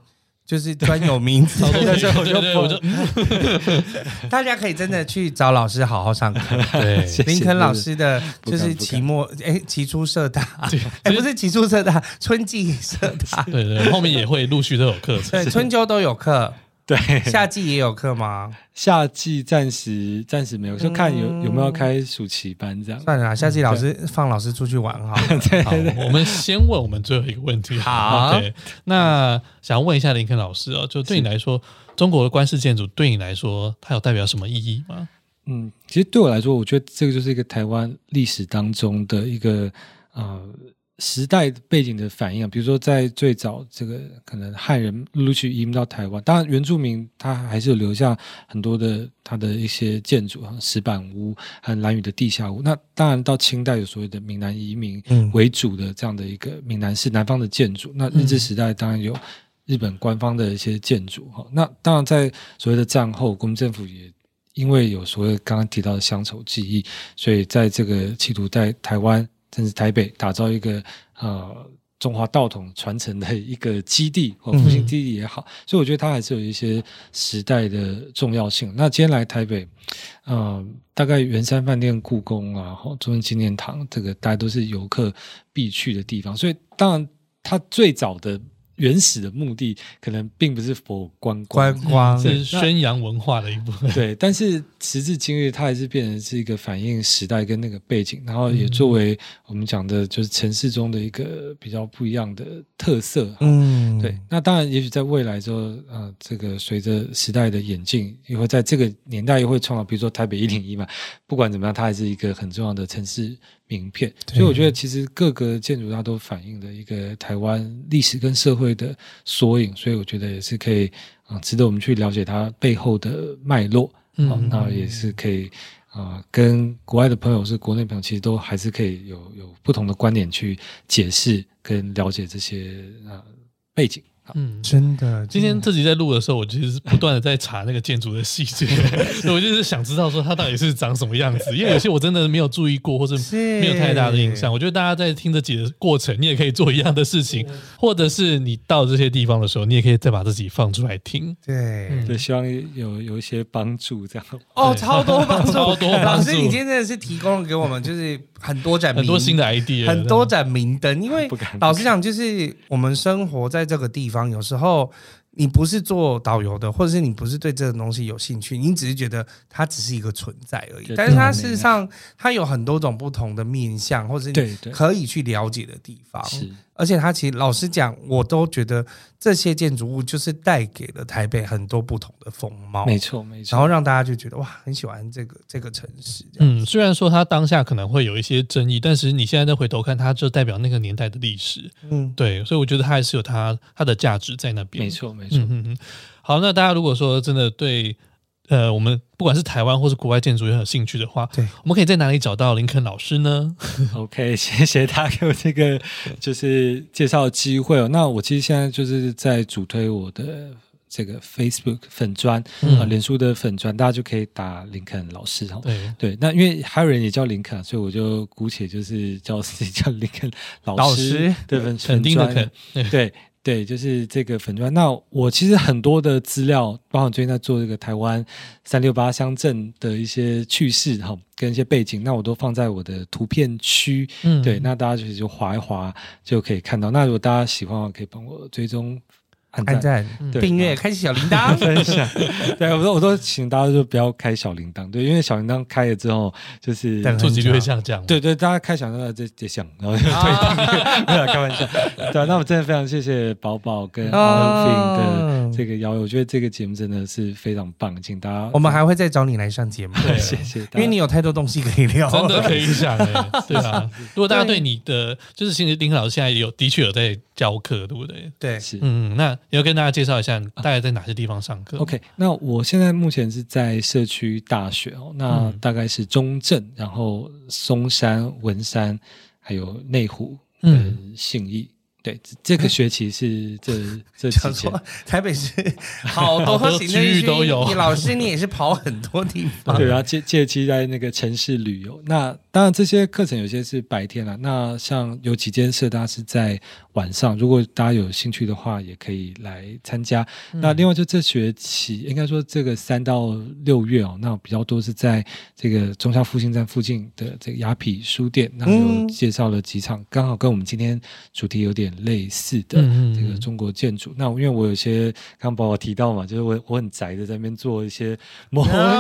Speaker 4: 就是专有名 词。
Speaker 1: 哼，
Speaker 4: 但是
Speaker 1: 对对对，我就
Speaker 4: 大家可以真的去找老师好好上课。
Speaker 1: 对
Speaker 3: 谢谢
Speaker 4: 林肯老师的
Speaker 3: 不
Speaker 4: 就
Speaker 3: 敢
Speaker 4: 是
Speaker 3: 不
Speaker 4: 期
Speaker 3: 敢
Speaker 4: 末哎，期初社 大
Speaker 1: 对
Speaker 4: 哎，不是期初社大，春季社大，
Speaker 1: 对对，后面也会陆续都有课程。
Speaker 4: 对，春秋都有课，
Speaker 3: 对
Speaker 4: 夏季也有课吗？
Speaker 3: 夏季暂时暂时没有，就看有有没有
Speaker 4: 嗯
Speaker 3: 开暑期班这样。
Speaker 4: 算了
Speaker 1: 嗯
Speaker 4: 啦，夏季老师放老师出去玩哈。
Speaker 1: 好，我们先问我们最后一个问题。
Speaker 4: 好
Speaker 1: 对，那想问一下林肯老师哦，就对你来说，中国的官式建筑对你来说，它有代表什么意义吗？
Speaker 3: 嗯，其实对我来说，我觉得这个就是一个台湾历史当中的一个呃时代背景的反应啊。比如说，在最早这个可能汉人陆陆续移民到台湾，当然原住民他还是有留下很多的他的一些建筑啊，石板屋和蓝屿的地下屋。那当然到清代有所谓的闽南移民
Speaker 4: 嗯
Speaker 3: 为主的这样的一个闽南式南方的建筑。那日治时代当然有。日本官方的一些建筑哈，那当然在所谓的战后，国民政府也因为有所谓刚刚提到的乡愁记忆，所以在这个企图在台湾甚至台北打造一个呃中华道统传承的一个基地或复兴基地也好，所以我觉得它还是有一些时代的重要性。那今天来台北，呃，大概圆山饭店、故宫啊、吼中正纪念堂，这个大家都是游客必去的地方，所以当然它最早的。原始的目的可能并不是佛观光
Speaker 4: 观，光
Speaker 1: 是宣扬文化的一部分。
Speaker 3: 对，但是时至今日，它还是变成是一个反映时代跟那个背景，然后也作为我们讲的，就是城市中的一个比较不一样的特色。啊
Speaker 4: 嗯，
Speaker 3: 对，那当然，也许在未来之后，呃，这个随着时代的演进，也会在这个年代又会创造，比如说台北一零一嘛，不管怎么样，它还是一个很重要的城市名片。所以我觉得，其实各个建筑它都反映了一个台湾历史跟社会的缩影，所以我觉得也是可以啊、呃值得我们去了解它背后的脉络。
Speaker 1: 嗯
Speaker 3: 好，那也是可以啊、呃跟国外的朋友是国内朋友，其实都还是可以有有不同的观点去解释跟了解这些呃背景。
Speaker 1: 嗯，
Speaker 4: 真的，
Speaker 1: 今天自己在录的时候，我其实是不断的在查那个建筑的细节， 所以我就是想知道说它到底是长什么样子，因为有些我真的没有注意过，或者
Speaker 4: 是
Speaker 1: 没有太大的印象。我觉得大家在听这集的过程，你也可以做一样的事情，
Speaker 4: 嗯
Speaker 1: 或者是你到这些地方的时候，你也可以再把自己放出来听。
Speaker 4: 对。
Speaker 1: 嗯
Speaker 3: 对，希望有有一些帮助，这样
Speaker 4: 哦，超多帮助，
Speaker 1: 超多帮助
Speaker 4: 老师，你今天真的是提供给我们就是很多盏
Speaker 1: 很多
Speaker 4: 明
Speaker 1: 新的 idea，
Speaker 4: 很多盏明灯，因为
Speaker 3: 不敢
Speaker 4: 老实讲，就是我们生活在这个地方，有时候你不是做导游的，或者是你不是对这个东西有兴趣，你只是觉得它只是一个存在而已
Speaker 3: 对。
Speaker 4: 但是它
Speaker 3: 对
Speaker 4: 事实上，它有很多种不同的面向，或者
Speaker 3: 对
Speaker 4: 你
Speaker 3: 对
Speaker 4: 可以去了解的地方。
Speaker 3: 是
Speaker 4: 而且它其实老实讲，我都觉得这些建筑物就是带给了台北很多不同的风貌，
Speaker 3: 没错没
Speaker 4: 然后
Speaker 3: 错，
Speaker 4: 让大家就觉得哇，很喜欢这个这个城市。这样
Speaker 1: 嗯，虽然说它当下可能会有一些争议，但是你现在再回头看，它就代表那个年代的历史。
Speaker 4: 嗯，
Speaker 1: 对，所以我觉得它还是有它它的价值在那边。
Speaker 3: 没，错没错
Speaker 1: 嗯，嗯嗯。好，那大家如果说真的对呃，我们不管是台湾或是国外建筑也很有兴趣的话，
Speaker 4: 对，
Speaker 1: 我们可以在哪里找到林肯老师呢？
Speaker 4: 嗯
Speaker 3: OK，谢 谢他给我这个就是介绍的机会哦。那我其实现在就是在主推我的这个 Facebook 粉砖啊、
Speaker 1: 嗯
Speaker 3: 呃脸书的粉砖，大家就可以打林肯老师哦。
Speaker 1: 对，
Speaker 3: 对，那因为还有人也叫林肯，啊所以我就姑且就是叫自己叫林肯老
Speaker 4: 老
Speaker 3: 师
Speaker 4: 师
Speaker 3: 对粉
Speaker 1: 肯
Speaker 3: 粉
Speaker 1: 定的
Speaker 3: 砖
Speaker 1: 肯，
Speaker 3: 对对，就是这个粉砖。那我其实很多的资料，包括最近在做这个台湾三六八乡镇的一些趣事哈，跟一些背景，那我都放在我的图片区。
Speaker 1: 嗯
Speaker 3: 对，那大家就是就划一划就可以看到。那如果大家喜欢的话，可以帮我追踪、按
Speaker 4: 按
Speaker 3: 赞、
Speaker 4: 赞、
Speaker 3: 对
Speaker 4: 订阅、
Speaker 3: 然后
Speaker 4: 开启小铃铛。
Speaker 3: 分享。对，我都我都请大家就不要开小铃铛，对，因为小铃铛开了之后就是
Speaker 4: 等
Speaker 1: 触及率会下降。，
Speaker 3: 对对，大家开想到这这想，然后就
Speaker 4: 啊
Speaker 3: 对，没有开玩笑。 对，那我真的非常谢谢宝宝跟阿
Speaker 4: 哦
Speaker 3: 平的这个邀约，我觉得这个节目真的是非常棒，请大家
Speaker 4: 我们还会再找你来上节目，
Speaker 1: 对
Speaker 3: 谢谢大家，
Speaker 4: 因为你有太多东西可以聊
Speaker 1: 真的
Speaker 4: 了。
Speaker 1: 可以想哎， 对啊。如果大家对你的，就是其实林肯老师现在也有的确有在教课，对不对？
Speaker 4: 对，
Speaker 3: 是
Speaker 1: 嗯，那也要跟大家介绍一下，大概在哪些地方上课
Speaker 3: OK，那我现在目前是在社区大学哦，那
Speaker 1: 嗯
Speaker 3: 大概是中正，然后松山、文山，还有内湖，
Speaker 1: 嗯
Speaker 3: 嗯，信义。对，这这个学期是这这几
Speaker 4: 想
Speaker 3: 节
Speaker 4: 说，台北市好多
Speaker 1: 好多
Speaker 4: 行政
Speaker 1: 区域
Speaker 4: 区
Speaker 1: 都有
Speaker 4: 你老师你也是跑很多地 方，
Speaker 3: 对，然后借借机在那个城市旅游。那当然，这些课程有些是白天啦，那像有几间社大是在晚上，如果大家有兴趣的话，也可以来参加。那另外就这学期，应该说这个三到六月哦，那比较多是在这个中校复兴站附近的这个雅痞书店，那有
Speaker 4: 嗯
Speaker 3: 介绍了几场，刚好跟我们今天主题有点类似的
Speaker 1: 嗯嗯
Speaker 3: 这个
Speaker 1: 嗯
Speaker 3: 中国建筑。那因为我有些刚宝宝提到嘛，就是我我很宅的在那边做一些模型。
Speaker 4: 哦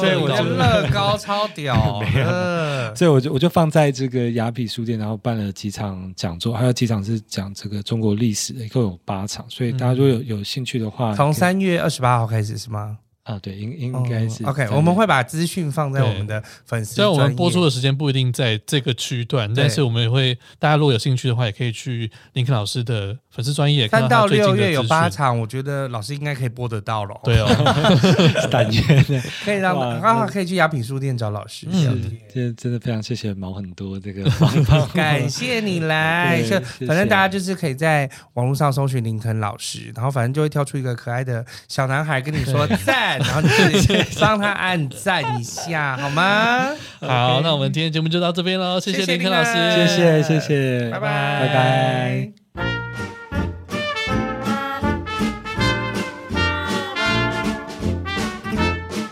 Speaker 3: 所以我
Speaker 4: 你的
Speaker 3: 就
Speaker 4: 乐高超屌，
Speaker 3: 没有
Speaker 4: 呃
Speaker 3: 所以我就我就放在这个雅痞书店，然后办了几场讲座，还有几场是讲这个中国历史的，一共有八场。所以大家如果有有兴趣的话，
Speaker 4: 从
Speaker 3: 可以
Speaker 4: 三月二十八号开始是吗？
Speaker 3: 啊，对，应应该是
Speaker 4: 哦 OK，
Speaker 3: 在
Speaker 4: 我们会把资讯放在我们的粉丝
Speaker 1: 虽然
Speaker 4: 专
Speaker 1: 我
Speaker 4: 页，
Speaker 1: 们播出的时间不一定在这个区段，但是我们也会，大家如果有兴趣的话，也可以去林肯老师的粉丝专业看
Speaker 4: 三到
Speaker 1: 他最近
Speaker 4: 六
Speaker 1: 的
Speaker 4: 月有
Speaker 1: 资
Speaker 4: 八
Speaker 1: 讯。
Speaker 4: 场，我觉得老师应该可以播得到了，
Speaker 1: 对，哦，
Speaker 3: 但愿呢，
Speaker 4: 可以让
Speaker 3: 哇
Speaker 4: 刚好可以去雅品书店找老师
Speaker 1: 嗯
Speaker 4: 聊
Speaker 3: 是
Speaker 4: 天。
Speaker 3: 真的真的非常谢谢毛很多这个帮帮
Speaker 4: 感谢 你来，
Speaker 3: 对
Speaker 4: 就
Speaker 3: 谢谢
Speaker 4: 反正大家就是可以在网络上搜寻林肯老师，然后反正就会跳出一个可爱的小男孩跟你说赞，然后你就是帮他按赞一下，好 吗？
Speaker 1: 好，那我们今天节目就到这边喽，谢
Speaker 4: 谢谢
Speaker 5: 哦
Speaker 1: 林肯老师，
Speaker 4: 林肯
Speaker 3: 谢哦谢谢谢，
Speaker 4: 拜拜
Speaker 3: 拜拜。